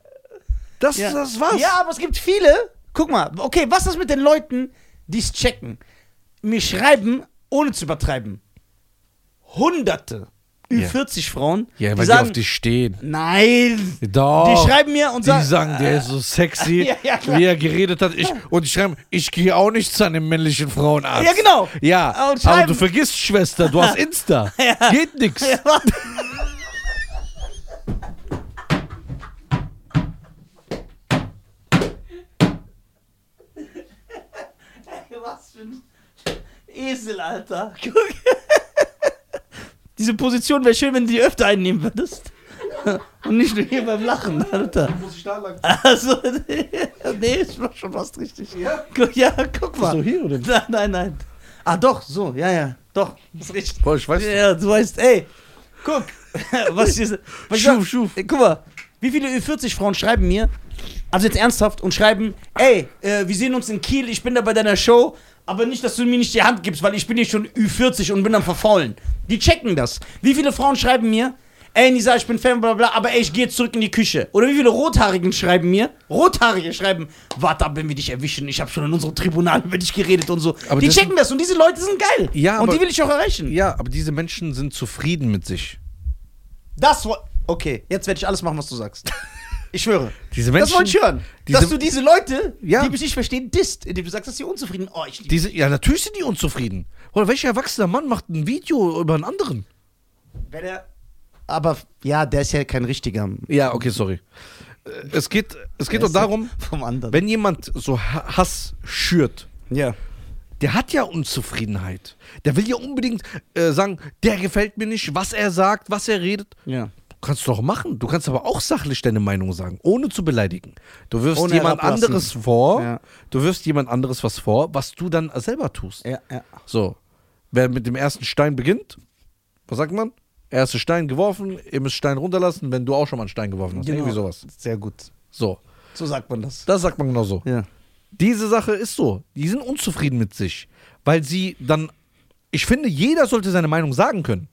S1: Das,
S2: fühlen.
S1: das war's.
S2: Ja, aber es gibt viele. Guck mal, okay, was ist mit den Leuten, die es checken? Mir schreiben, ohne zu übertreiben. Hunderte, über
S1: Ja.
S2: 40 Frauen,
S1: Ja, weil
S2: die
S1: die,
S2: sagen,
S1: auf dich stehen.
S2: nein,
S1: Doch.
S2: die schreiben mir und
S1: Die
S2: sagen,
S1: sagen, der ist so sexy,
S2: Ja, ja, klar.
S1: wie er geredet hat. Ich, und die schreiben, ich gehe auch nicht zu einem männlichen Frauenarzt.
S2: Ja, genau.
S1: Ja,
S2: Und
S1: aber
S2: schreiben-
S1: du vergisst, Schwester, du hast Insta. Geht nix.
S2: Was für ein Esel, Alter. Guck. Diese Position wäre schön, wenn du die öfter einnehmen würdest. Und nicht nur hier beim Lachen, Alter.
S1: Muss ich da lang?
S2: Also, nee, ich mach schon fast richtig.
S1: Ja?
S2: Guck, ja, guck mal.
S1: So hier oder?
S2: Nein, nein, nein. Ah, doch, so, ja, ja, doch, ist richtig.
S1: Boah, ich weiß nicht.
S2: Ja, du weißt, ey, guck, was hier was ich
S1: Schuf,
S2: sag-
S1: schuf.
S2: Ey, Guck mal, wie viele Ü40-Frauen schreiben mir, also jetzt ernsthaft, und schreiben, ey, äh, wir sehen uns in Kiel, ich bin da bei deiner Show, aber nicht, dass du mir nicht die Hand gibst, weil ich bin hier schon Ü40 und bin am Verfaulen. Die checken das. Wie viele Frauen schreiben mir, ey, Nisa, ich bin Fan, bla bla, aber ey, ich gehe jetzt zurück in die Küche. Oder wie viele Rothaarigen schreiben mir, Rothaarige schreiben, warte ab, wenn wir dich erwischen, ich habe schon in unserem Tribunal über dich geredet und so.
S1: Aber
S2: die
S1: das-
S2: checken das und diese Leute sind geil.
S1: Ja,
S2: und
S1: aber-
S2: die will ich auch erreichen.
S1: Ja, aber diese Menschen sind zufrieden mit sich.
S2: Das wo- Okay, jetzt werde ich alles machen, was du sagst. Ich schwöre.
S1: Diese
S2: das
S1: Menschen-
S2: wollte ich hören.
S1: diese-
S2: dass du diese Leute,
S1: Ja.
S2: die mich nicht verstehen, disst, indem du sagst, dass sie unzufrieden sind. Oh, ich
S1: Diese, ja, natürlich sind die unzufrieden. Oder welcher erwachsener Mann macht ein Video über einen anderen?
S2: wenn er. Aber ja, der ist ja kein richtiger.
S1: Ja, okay, sorry. Äh, Es geht, es geht doch
S2: Der ist ja
S1: darum,
S2: Vom anderen.
S1: wenn jemand so Ha- Hass schürt,
S2: ja.
S1: der hat ja Unzufriedenheit. Der will ja unbedingt äh, sagen, der gefällt mir nicht, was er sagt, was er redet.
S2: Ja.
S1: Du kannst doch machen. Du kannst aber auch sachlich deine Meinung sagen, ohne zu beleidigen. Du wirfst
S2: Ohne
S1: jemand
S2: herablassen.
S1: anderes vor,
S2: Ja.
S1: du wirfst jemand anderes was vor, was du dann selber tust.
S2: Ja, ja.
S1: So, wer mit dem ersten Stein beginnt, was sagt man? Erster Stein geworfen, ihr müsst Stein runterlassen, wenn du auch schon mal einen Stein geworfen hast. Genau.
S2: Genau.
S1: Irgendwie sowas.
S2: Sehr gut.
S1: So,
S2: So sagt man das.
S1: das sagt man genau so.
S2: Ja.
S1: Diese Sache ist so. Die sind unzufrieden mit sich, weil sie dann. Ich finde, jeder sollte seine Meinung sagen können.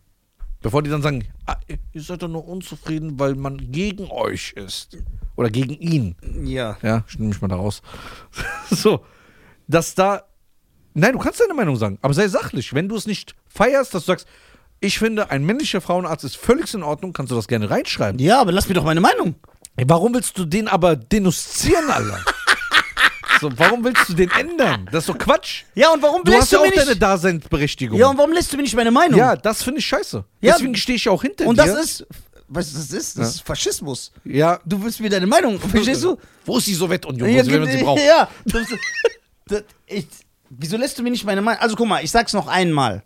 S1: Bevor die dann sagen, ah, ihr seid doch nur unzufrieden, weil man gegen euch ist. Oder gegen ihn.
S2: Ja.
S1: Ja, ich nehme mich mal da raus. so, dass da. Nein, du kannst deine Meinung sagen, aber sei sachlich. Wenn du es nicht feierst, dass du sagst, ich finde, ein männlicher Frauenarzt ist völlig in Ordnung, kannst du das gerne reinschreiben.
S2: Ja, aber lass mir doch meine Meinung.
S1: Ey, warum willst du den aber denunzieren, Alter? so, warum willst du den ändern? Das ist doch Quatsch.
S2: Ja, und warum
S1: Du hast
S2: lässt du,
S1: ja auch
S2: mir
S1: deine
S2: nicht.
S1: Daseinsberechtigung.
S2: Ja, und warum lässt du mir nicht meine Meinung?
S1: Ja, das finde ich scheiße.
S2: Ja.
S1: Deswegen stehe ich auch hinter
S2: und
S1: dir.
S2: das ist. Weißt du, was das ist? Das ist Faschismus.
S1: Ja.
S2: Du willst mir deine Meinung. Verstehst du?
S1: Wo ist die Sowjetunion, wo
S2: Ja,
S1: sie, wenn man sie
S2: ge-
S1: braucht?
S2: ja. Das, das, ich, wieso lässt du mir nicht meine Meinung? Also guck mal, ich sag's noch einmal.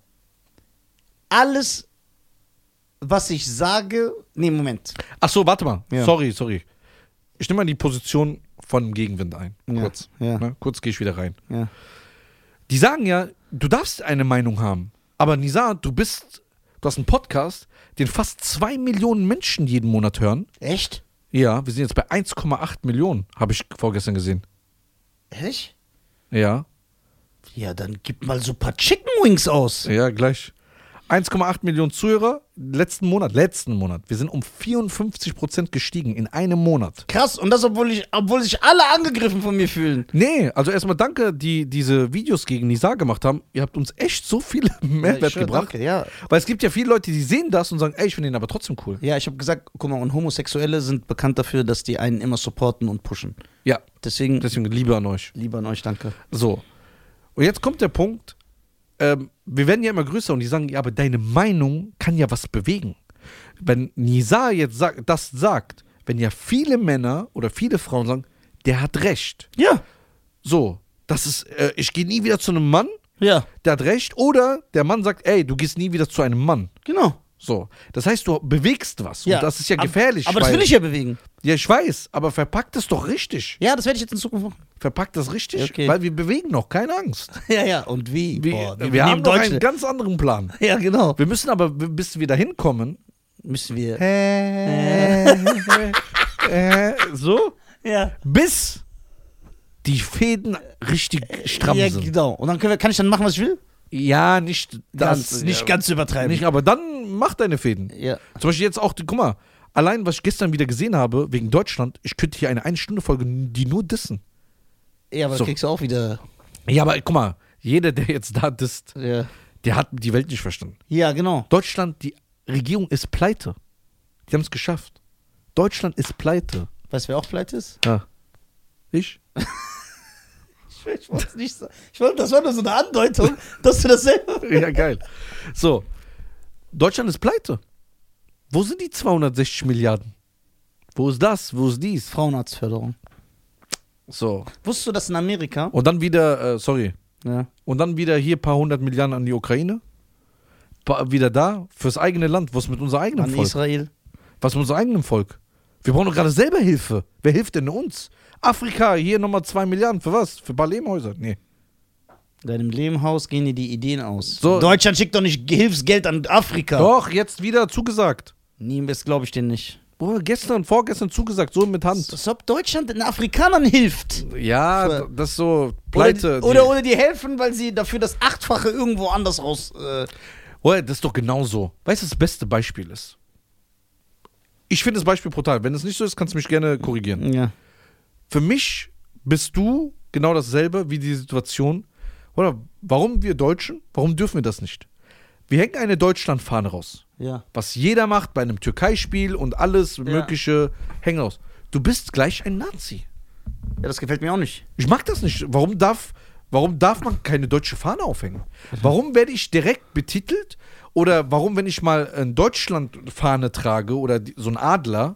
S2: Alles, was ich sage. Nee, Moment.
S1: Ach so, warte mal.
S2: Ja.
S1: Sorry, sorry. Ich nehme mal die Position von Gegenwind ein.
S2: Ja,
S1: Kurz.
S2: ja.
S1: Ne? Kurz gehe ich wieder rein.
S2: Ja.
S1: Die sagen ja, du darfst eine Meinung haben. Aber Nisa, du bist, du hast einen Podcast, den fast zwei Millionen Menschen jeden Monat hören.
S2: Echt?
S1: Ja, wir sind jetzt bei 1,8 Millionen, habe ich vorgestern gesehen.
S2: Echt?
S1: Ja.
S2: Ja, dann gib mal so ein paar Chicken Wings aus.
S1: Ja, gleich. 1,8 Millionen Zuhörer. Letzten Monat, letzten Monat. Wir sind um 54 Prozent gestiegen in einem Monat.
S2: Krass, und das, obwohl, ich, obwohl sich alle angegriffen von mir fühlen.
S1: Nee, also erstmal danke, die diese Videos gegen Nizar gemacht haben. Ihr habt uns echt so viel Mehrwert
S2: schwör,
S1: gebracht.
S2: Danke, ja.
S1: Weil es gibt ja viele Leute, die sehen das und sagen, ey, ich finde den aber trotzdem cool.
S2: ja, ich habe gesagt, guck mal, und Homosexuelle sind bekannt dafür, dass die einen immer supporten und pushen.
S1: Ja,
S2: Deswegen,
S1: deswegen Liebe an euch.
S2: lieber an euch, danke.
S1: So. Und jetzt kommt der Punkt, ähm, wir werden ja immer größer und die sagen, ja, aber deine Meinung kann ja was bewegen. Wenn Nizar jetzt sagt, das sagt, wenn ja viele Männer oder viele Frauen sagen, der hat recht.
S2: Ja,
S1: So, das ist, äh, ich gehe nie wieder zu einem Mann,
S2: ja,
S1: der hat recht. Oder der Mann sagt, ey, du gehst nie wieder zu einem Mann.
S2: genau.
S1: So, das heißt, du bewegst was.
S2: Ja.
S1: Und das ist ja
S2: Ab-
S1: gefährlich.
S2: Aber das
S1: weil-
S2: will ich ja bewegen.
S1: Ja, ich weiß, aber verpackt es doch richtig.
S2: Ja, das werde ich jetzt in Zukunft machen.
S1: Verpackt das richtig,
S2: Okay.
S1: weil wir bewegen noch, keine Angst.
S2: Ja, ja, und wie?
S1: Wir,
S2: Boah,
S1: äh, wir,
S2: wir
S1: haben
S2: nehmen
S1: noch einen
S2: Deutsche.
S1: ganz anderen Plan.
S2: Ja, genau.
S1: Wir müssen aber, bis wir da hinkommen,
S2: Müssen wir.
S1: äh, äh, so,
S2: Ja.
S1: bis die Fäden richtig stramm
S2: ja,
S1: sind.
S2: genau. Und dann können wir, kann ich dann machen, was ich will?
S1: Ja, nicht das.
S2: Ganz- nicht
S1: ja,
S2: ganz übertreiben.
S1: Nicht, aber dann mach deine Fäden.
S2: ja.
S1: Zum Beispiel jetzt auch, die- guck mal, allein was ich gestern wieder gesehen habe, wegen Deutschland, ich könnte hier eine Eine-Stunde-Folge, die nur dissen.
S2: Ja, aber
S1: So.
S2: dann kriegst du auch wieder.
S1: Ja, aber guck mal, jeder, der jetzt da disst,
S2: Ja,
S1: der hat die Welt nicht verstanden.
S2: ja genau.
S1: Deutschland, die Regierung ist pleite. Die haben es geschafft. Deutschland ist pleite.
S2: Weißt du, wer auch pleite ist?
S1: Ja. Ich?
S2: Ich, ich wollte es nicht sagen. Ich wollte, das war nur so eine Andeutung, dass du das selber.
S1: Ja, geil. So, Deutschland ist pleite. Wo sind die 260 Milliarden? Wo ist das? Wo ist dies?
S2: Frauenarztförderung.
S1: So.
S2: Wusstest du, dass in Amerika.
S1: Und dann wieder, äh, sorry,
S2: Ja.
S1: Und dann wieder hier ein paar hundert Milliarden an die Ukraine. Pa wieder da, fürs eigene Land. Was mit unserem eigenen
S2: An
S1: Volk?
S2: Israel.
S1: Was mit unserem eigenen Volk? Wir brauchen doch gerade selber Hilfe. Wer hilft denn uns? Afrika, hier nochmal zwei Milliarden. Für was? Für ein paar Lehmhäuser? Nee.
S2: Deinem Lehmhaus gehen dir die Ideen aus.
S1: So.
S2: Deutschland schickt doch nicht Hilfsgeld an Afrika.
S1: Doch, jetzt wieder zugesagt.
S2: Nee, das glaube ich dir nicht.
S1: Boah, Oh, gestern, vorgestern zugesagt, so mit Hand.
S2: Als ob Deutschland den Afrikanern hilft.
S1: Ja,
S2: Für-
S1: das ist so pleite.
S2: Oder, oder, oder die helfen, weil sie dafür das Achtfache irgendwo anders raus. Äh,
S1: Boah, das ist doch genau so. Weißt du, was das beste Beispiel ist? Ich finde das Beispiel brutal. Wenn es nicht so ist, kannst du mich gerne korrigieren.
S2: ja.
S1: für mich bist du genau dasselbe wie die Situation. Oder warum wir Deutschen, warum dürfen wir das nicht? Wir hängen eine Deutschlandfahne raus.
S2: Ja.
S1: Was jeder macht bei einem Türkei-Spiel und alles Mögliche hängen raus. Du bist gleich ein Nazi.
S2: Ja, das gefällt mir auch nicht.
S1: Ich mag das nicht. Warum darf, warum darf man keine deutsche Fahne aufhängen? Warum werde ich direkt betitelt? Oder warum, wenn ich mal eine Deutschlandfahne trage oder die, so einen Adler,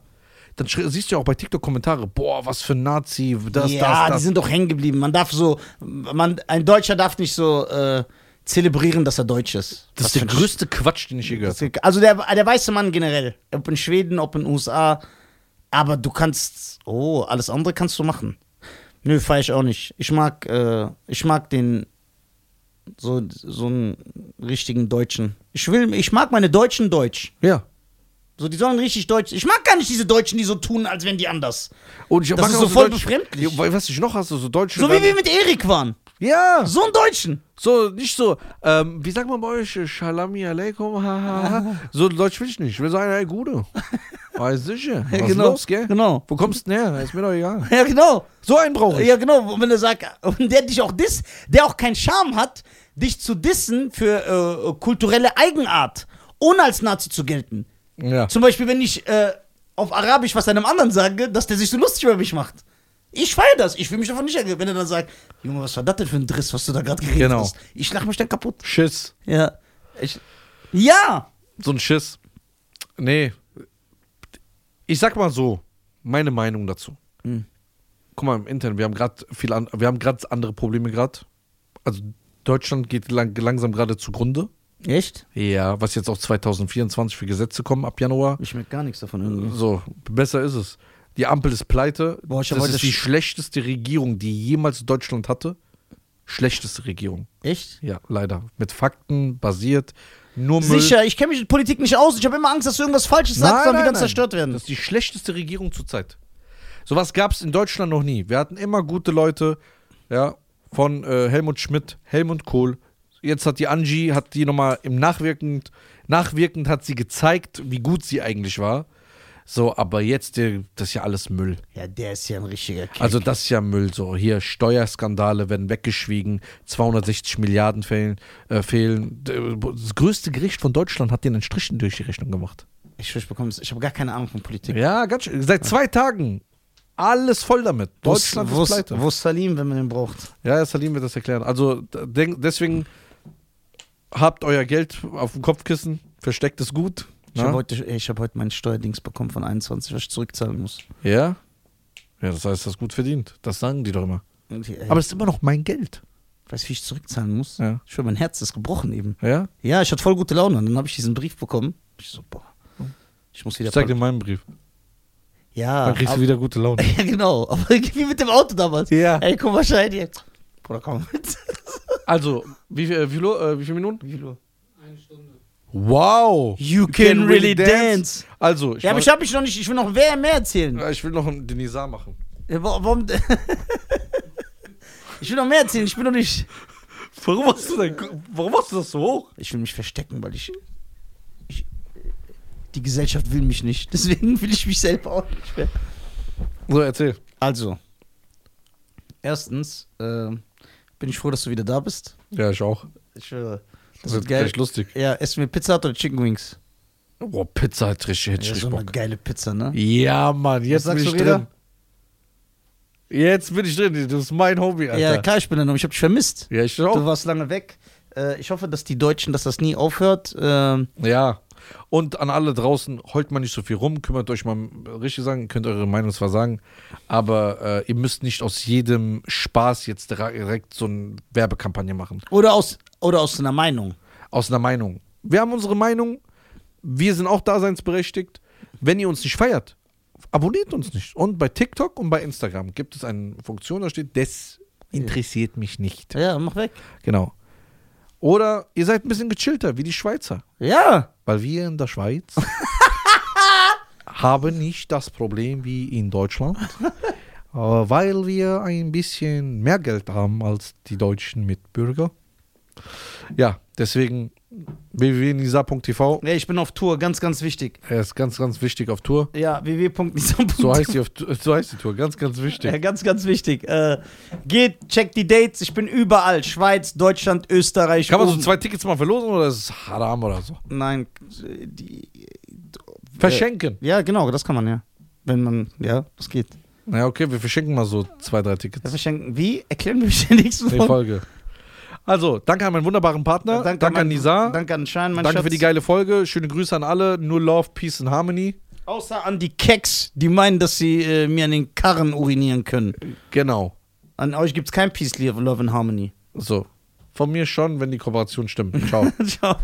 S1: dann schri- siehst du ja auch bei TikTok Kommentare, boah, was für ein Nazi, das,
S2: ja,
S1: das, das.
S2: die sind doch hängen geblieben. Man darf so, man, ein Deutscher darf nicht so äh, zelebrieren, dass er Deutsch ist.
S1: Das
S2: Was
S1: ist der
S2: für ein
S1: größte Quatsch, den ich je gehört
S2: Sch- Also der, der weiße Mann generell, ob in Schweden, ob in USA. Aber du kannst, oh, alles andere kannst du machen. Nö, feier ich auch nicht. Ich mag, äh, ich mag den so so einen richtigen Deutschen. Ich will, ich mag meine Deutschen deutsch.
S1: habe. Ja.
S2: So, die sollen richtig deutsch. Ich mag gar nicht diese Deutschen, die so tun, als wären die anders.
S1: Und ich
S2: Das
S1: mag
S2: ist
S1: auch
S2: so voll
S1: Deutsch-
S2: befremdlich.
S1: Ja, weil- was ich noch hasse, so deutsche.
S2: So wie wir mit Erik waren.
S1: Ja,
S2: So einen Deutschen.
S1: so, nicht so. Ähm, wie sagt man bei euch? äh, Shalami alaikum, hahaha. so Deutsch will ich nicht. Ich will sagen, hey, Gude. Weiß sicher. Was ist los, gell?
S2: Genau.
S1: Wo kommst du denn her? Ist mir doch egal.
S2: Ja, genau.
S1: So einen brauche ich.
S2: Ja, genau. Und wenn er sagt, und der dich auch diss, der auch keinen Charme hat, dich zu dissen für äh, kulturelle Eigenart, ohne als Nazi zu gelten.
S1: Ja.
S2: Zum Beispiel, wenn ich äh, auf Arabisch was einem anderen sage, dass der sich so lustig über mich macht. Ich feiere das. Ich will mich davon nicht ergeben. Wenn er dann sagt, Junge, was war das denn für ein Driss, was du da gerade geredet
S1: Genau.
S2: hast? Ich lach mich dann kaputt.
S1: Schiss.
S2: Ja. Ich, ja.
S1: So ein Schiss. Nee. Ich sag mal so, meine Meinung dazu.
S2: Hm.
S1: Guck mal, im Internet, wir haben gerade viel an, wir haben gerade andere Probleme gerade. Also Deutschland geht lang, langsam gerade zugrunde.
S2: Echt?
S1: Ja, was jetzt auch 2024 für Gesetze kommen ab Januar.
S2: Ich schmeckt gar nichts davon irgendwie.
S1: So, besser ist es. Die Ampel ist pleite.
S2: Boah, ich hab
S1: das
S2: heute
S1: ist die
S2: sch-
S1: schlechteste Regierung, die jemals Deutschland hatte. Schlechteste Regierung.
S2: Echt?
S1: Ja, leider. Mit Fakten basiert. Nur Müll.
S2: Sicher, ich kenne mich mit Politik nicht aus. Ich habe immer Angst, dass du irgendwas Falsches
S1: Nein,
S2: sagst, dann
S1: nein,
S2: wieder
S1: nein.
S2: zerstört werden.
S1: Das ist die schlechteste Regierung zurzeit. Sowas gab es in Deutschland noch nie. Wir hatten immer gute Leute, ja, von äh, Helmut Schmidt, Helmut Kohl, Jetzt hat die Angie, hat die nochmal im Nachwirkend, nachwirkend hat sie gezeigt, wie gut sie eigentlich war. So, aber jetzt, äh, das ist ja alles Müll.
S2: Ja, der ist ja ein richtiger Kerl.
S1: Also das ist ja Müll so. Hier Steuerskandale werden weggeschwiegen, 260 Milliarden fehlen. Äh, fehlen. D- Das größte Gericht von Deutschland hat den einen Strich durch die Rechnung gemacht.
S2: ich schwöre, ich bekomme es. Ich habe gar keine Ahnung von Politik.
S1: Ja, ganz schön. Seit zwei Tagen. Alles voll damit.
S2: Wo
S1: Deutschland
S2: wo
S1: ist pleite.
S2: Wo ist Salim, wenn man den braucht?
S1: Ja, Salim wird das erklären. Also d- denk, deswegen habt euer Geld auf dem Kopfkissen, versteckt es gut. ne?
S2: Ich
S1: na?
S2: habe heute, ich hab heute mein Steuerdings bekommen von 21, was ich zurückzahlen muss.
S1: Ja? Ja, das heißt, das ist gut verdient. Das sagen die doch immer.
S2: Und, äh,
S1: Aber es ist immer noch mein Geld.
S2: weißt du, wie ich zurückzahlen muss?
S1: Ja.
S2: Ich schwöre, mein Herz ist gebrochen eben.
S1: Ja?
S2: Ja, ich hatte voll gute Laune. Und dann habe ich diesen Brief bekommen. Ich so, boah. Ich muss wieder.
S1: Ich zeig dir meinen Brief.
S2: ja,
S1: Dann kriegst
S2: ab-
S1: du wieder gute Laune.
S2: ja, genau. Aber wie mit dem Auto damals.
S1: also Ja.
S2: Ey, guck mal, Schein jetzt. Bruder, komm mit.
S1: Also, wie, viel- äh, wie, lo- äh, wie viele Minuten?
S3: Eine Stunde.
S1: Wow!
S2: You
S1: can really dance. Also, ich,
S2: Ja, aber
S1: mach-
S2: ich habe mich noch nicht. Ich will noch wer mehr erzählen.
S1: äh, ich will noch einen Denisar machen.
S2: Ja, Äh, wa- Warum? ich will noch mehr erzählen. Ich bin noch nicht.
S1: Warum hast du, denn, warum hast du das so hoch?
S2: Ich will mich verstecken, weil ich. ich die Gesellschaft will mich nicht. Deswegen will ich mich selber auch nicht mehr.
S1: So, erzähl.
S2: Also. Erstens äh, bin ich froh, dass du wieder da bist.
S1: Ja, ich auch.
S2: Ich schwöre. Das
S1: Das
S2: wird
S1: wird
S2: geil.
S1: gleich lustig.
S2: Ja, essen wir Pizza Hut oder Chicken Wings?
S1: Boah, Pizza hat richtig, hätte ich
S2: Ja, so
S1: richtig
S2: eine
S1: Bock.
S2: geile Pizza, ne?
S1: Ja, Mann, jetzt bin
S2: sagst
S1: ich
S2: du,
S1: drin.
S2: Reda?
S1: Jetzt bin ich drin. Das ist mein Hobby,
S2: Ja,
S1: Alter.
S2: klar, ich bin da noch. Ich habe dich vermisst.
S1: Ja, ich
S2: Du
S1: auch.
S2: warst lange weg. Äh, ich hoffe, dass die Deutschen, dass das nie aufhört. Ähm,
S1: Ja. Und an alle draußen, heult mal nicht so viel rum, kümmert euch mal äh, richtig sagen, könnt eure Meinung zwar sagen, aber äh, ihr müsst nicht aus jedem Spaß jetzt dra- direkt so eine Werbekampagne machen.
S2: oder, aus, oder aus einer Meinung.
S1: Aus einer Meinung. Wir haben unsere Meinung, wir sind auch daseinsberechtigt. Wenn ihr uns nicht feiert, abonniert uns nicht. Und bei TikTok und bei Instagram gibt es eine Funktion, da steht, das interessiert mich nicht.
S2: Ja, mach weg.
S1: Genau. Oder ihr seid ein bisschen gechillter, wie die Schweizer.
S2: Ja.
S1: Weil wir in der Schweiz haben nicht das Problem wie in Deutschland, äh, weil wir ein bisschen mehr Geld haben als die deutschen Mitbürger. Ja, deswegen www.nisa.tv.
S2: ja. Ich bin auf Tour, ganz, ganz wichtig.
S1: Er ist ganz, ganz wichtig auf Tour.
S2: Ja, www.nissan.
S1: So heißt die, auf, so heißt die Tour, ganz, ganz
S2: Ja,
S1: wichtig.
S2: ganz, ganz wichtig. Äh, geht, checkt die Dates. Ich bin überall. Schweiz, Deutschland, Österreich.
S1: Kann man so
S2: oben.
S1: zwei Tickets mal verlosen oder ist es haram oder so?
S2: Nein. Die,
S1: Verschenken.
S2: ja, genau, das kann man ja. Wenn man, ja, das geht.
S1: Na ja, okay, wir verschenken mal so zwei, drei
S2: Ja,
S1: Tickets.
S2: verschenken. Wie? Erklären wir mich in der nächsten
S1: Die
S2: Woche.
S1: Folge. Also, danke an meinen wunderbaren
S2: ne?
S1: Partner. danke, an Nisa.
S2: Danke an Schein, mein
S1: Danke
S2: Schatz.
S1: für die geile Folge. Schöne Grüße an alle. Nur Love, Peace and Harmony.
S2: Außer an die Keks, die meinen, dass sie äh, mir an den Karren urinieren können.
S1: Genau.
S2: An euch gibt's kein Peace, Love and Harmony.
S1: So. Von mir schon, wenn die Kooperation stimmt. Ciao.
S2: Ciao.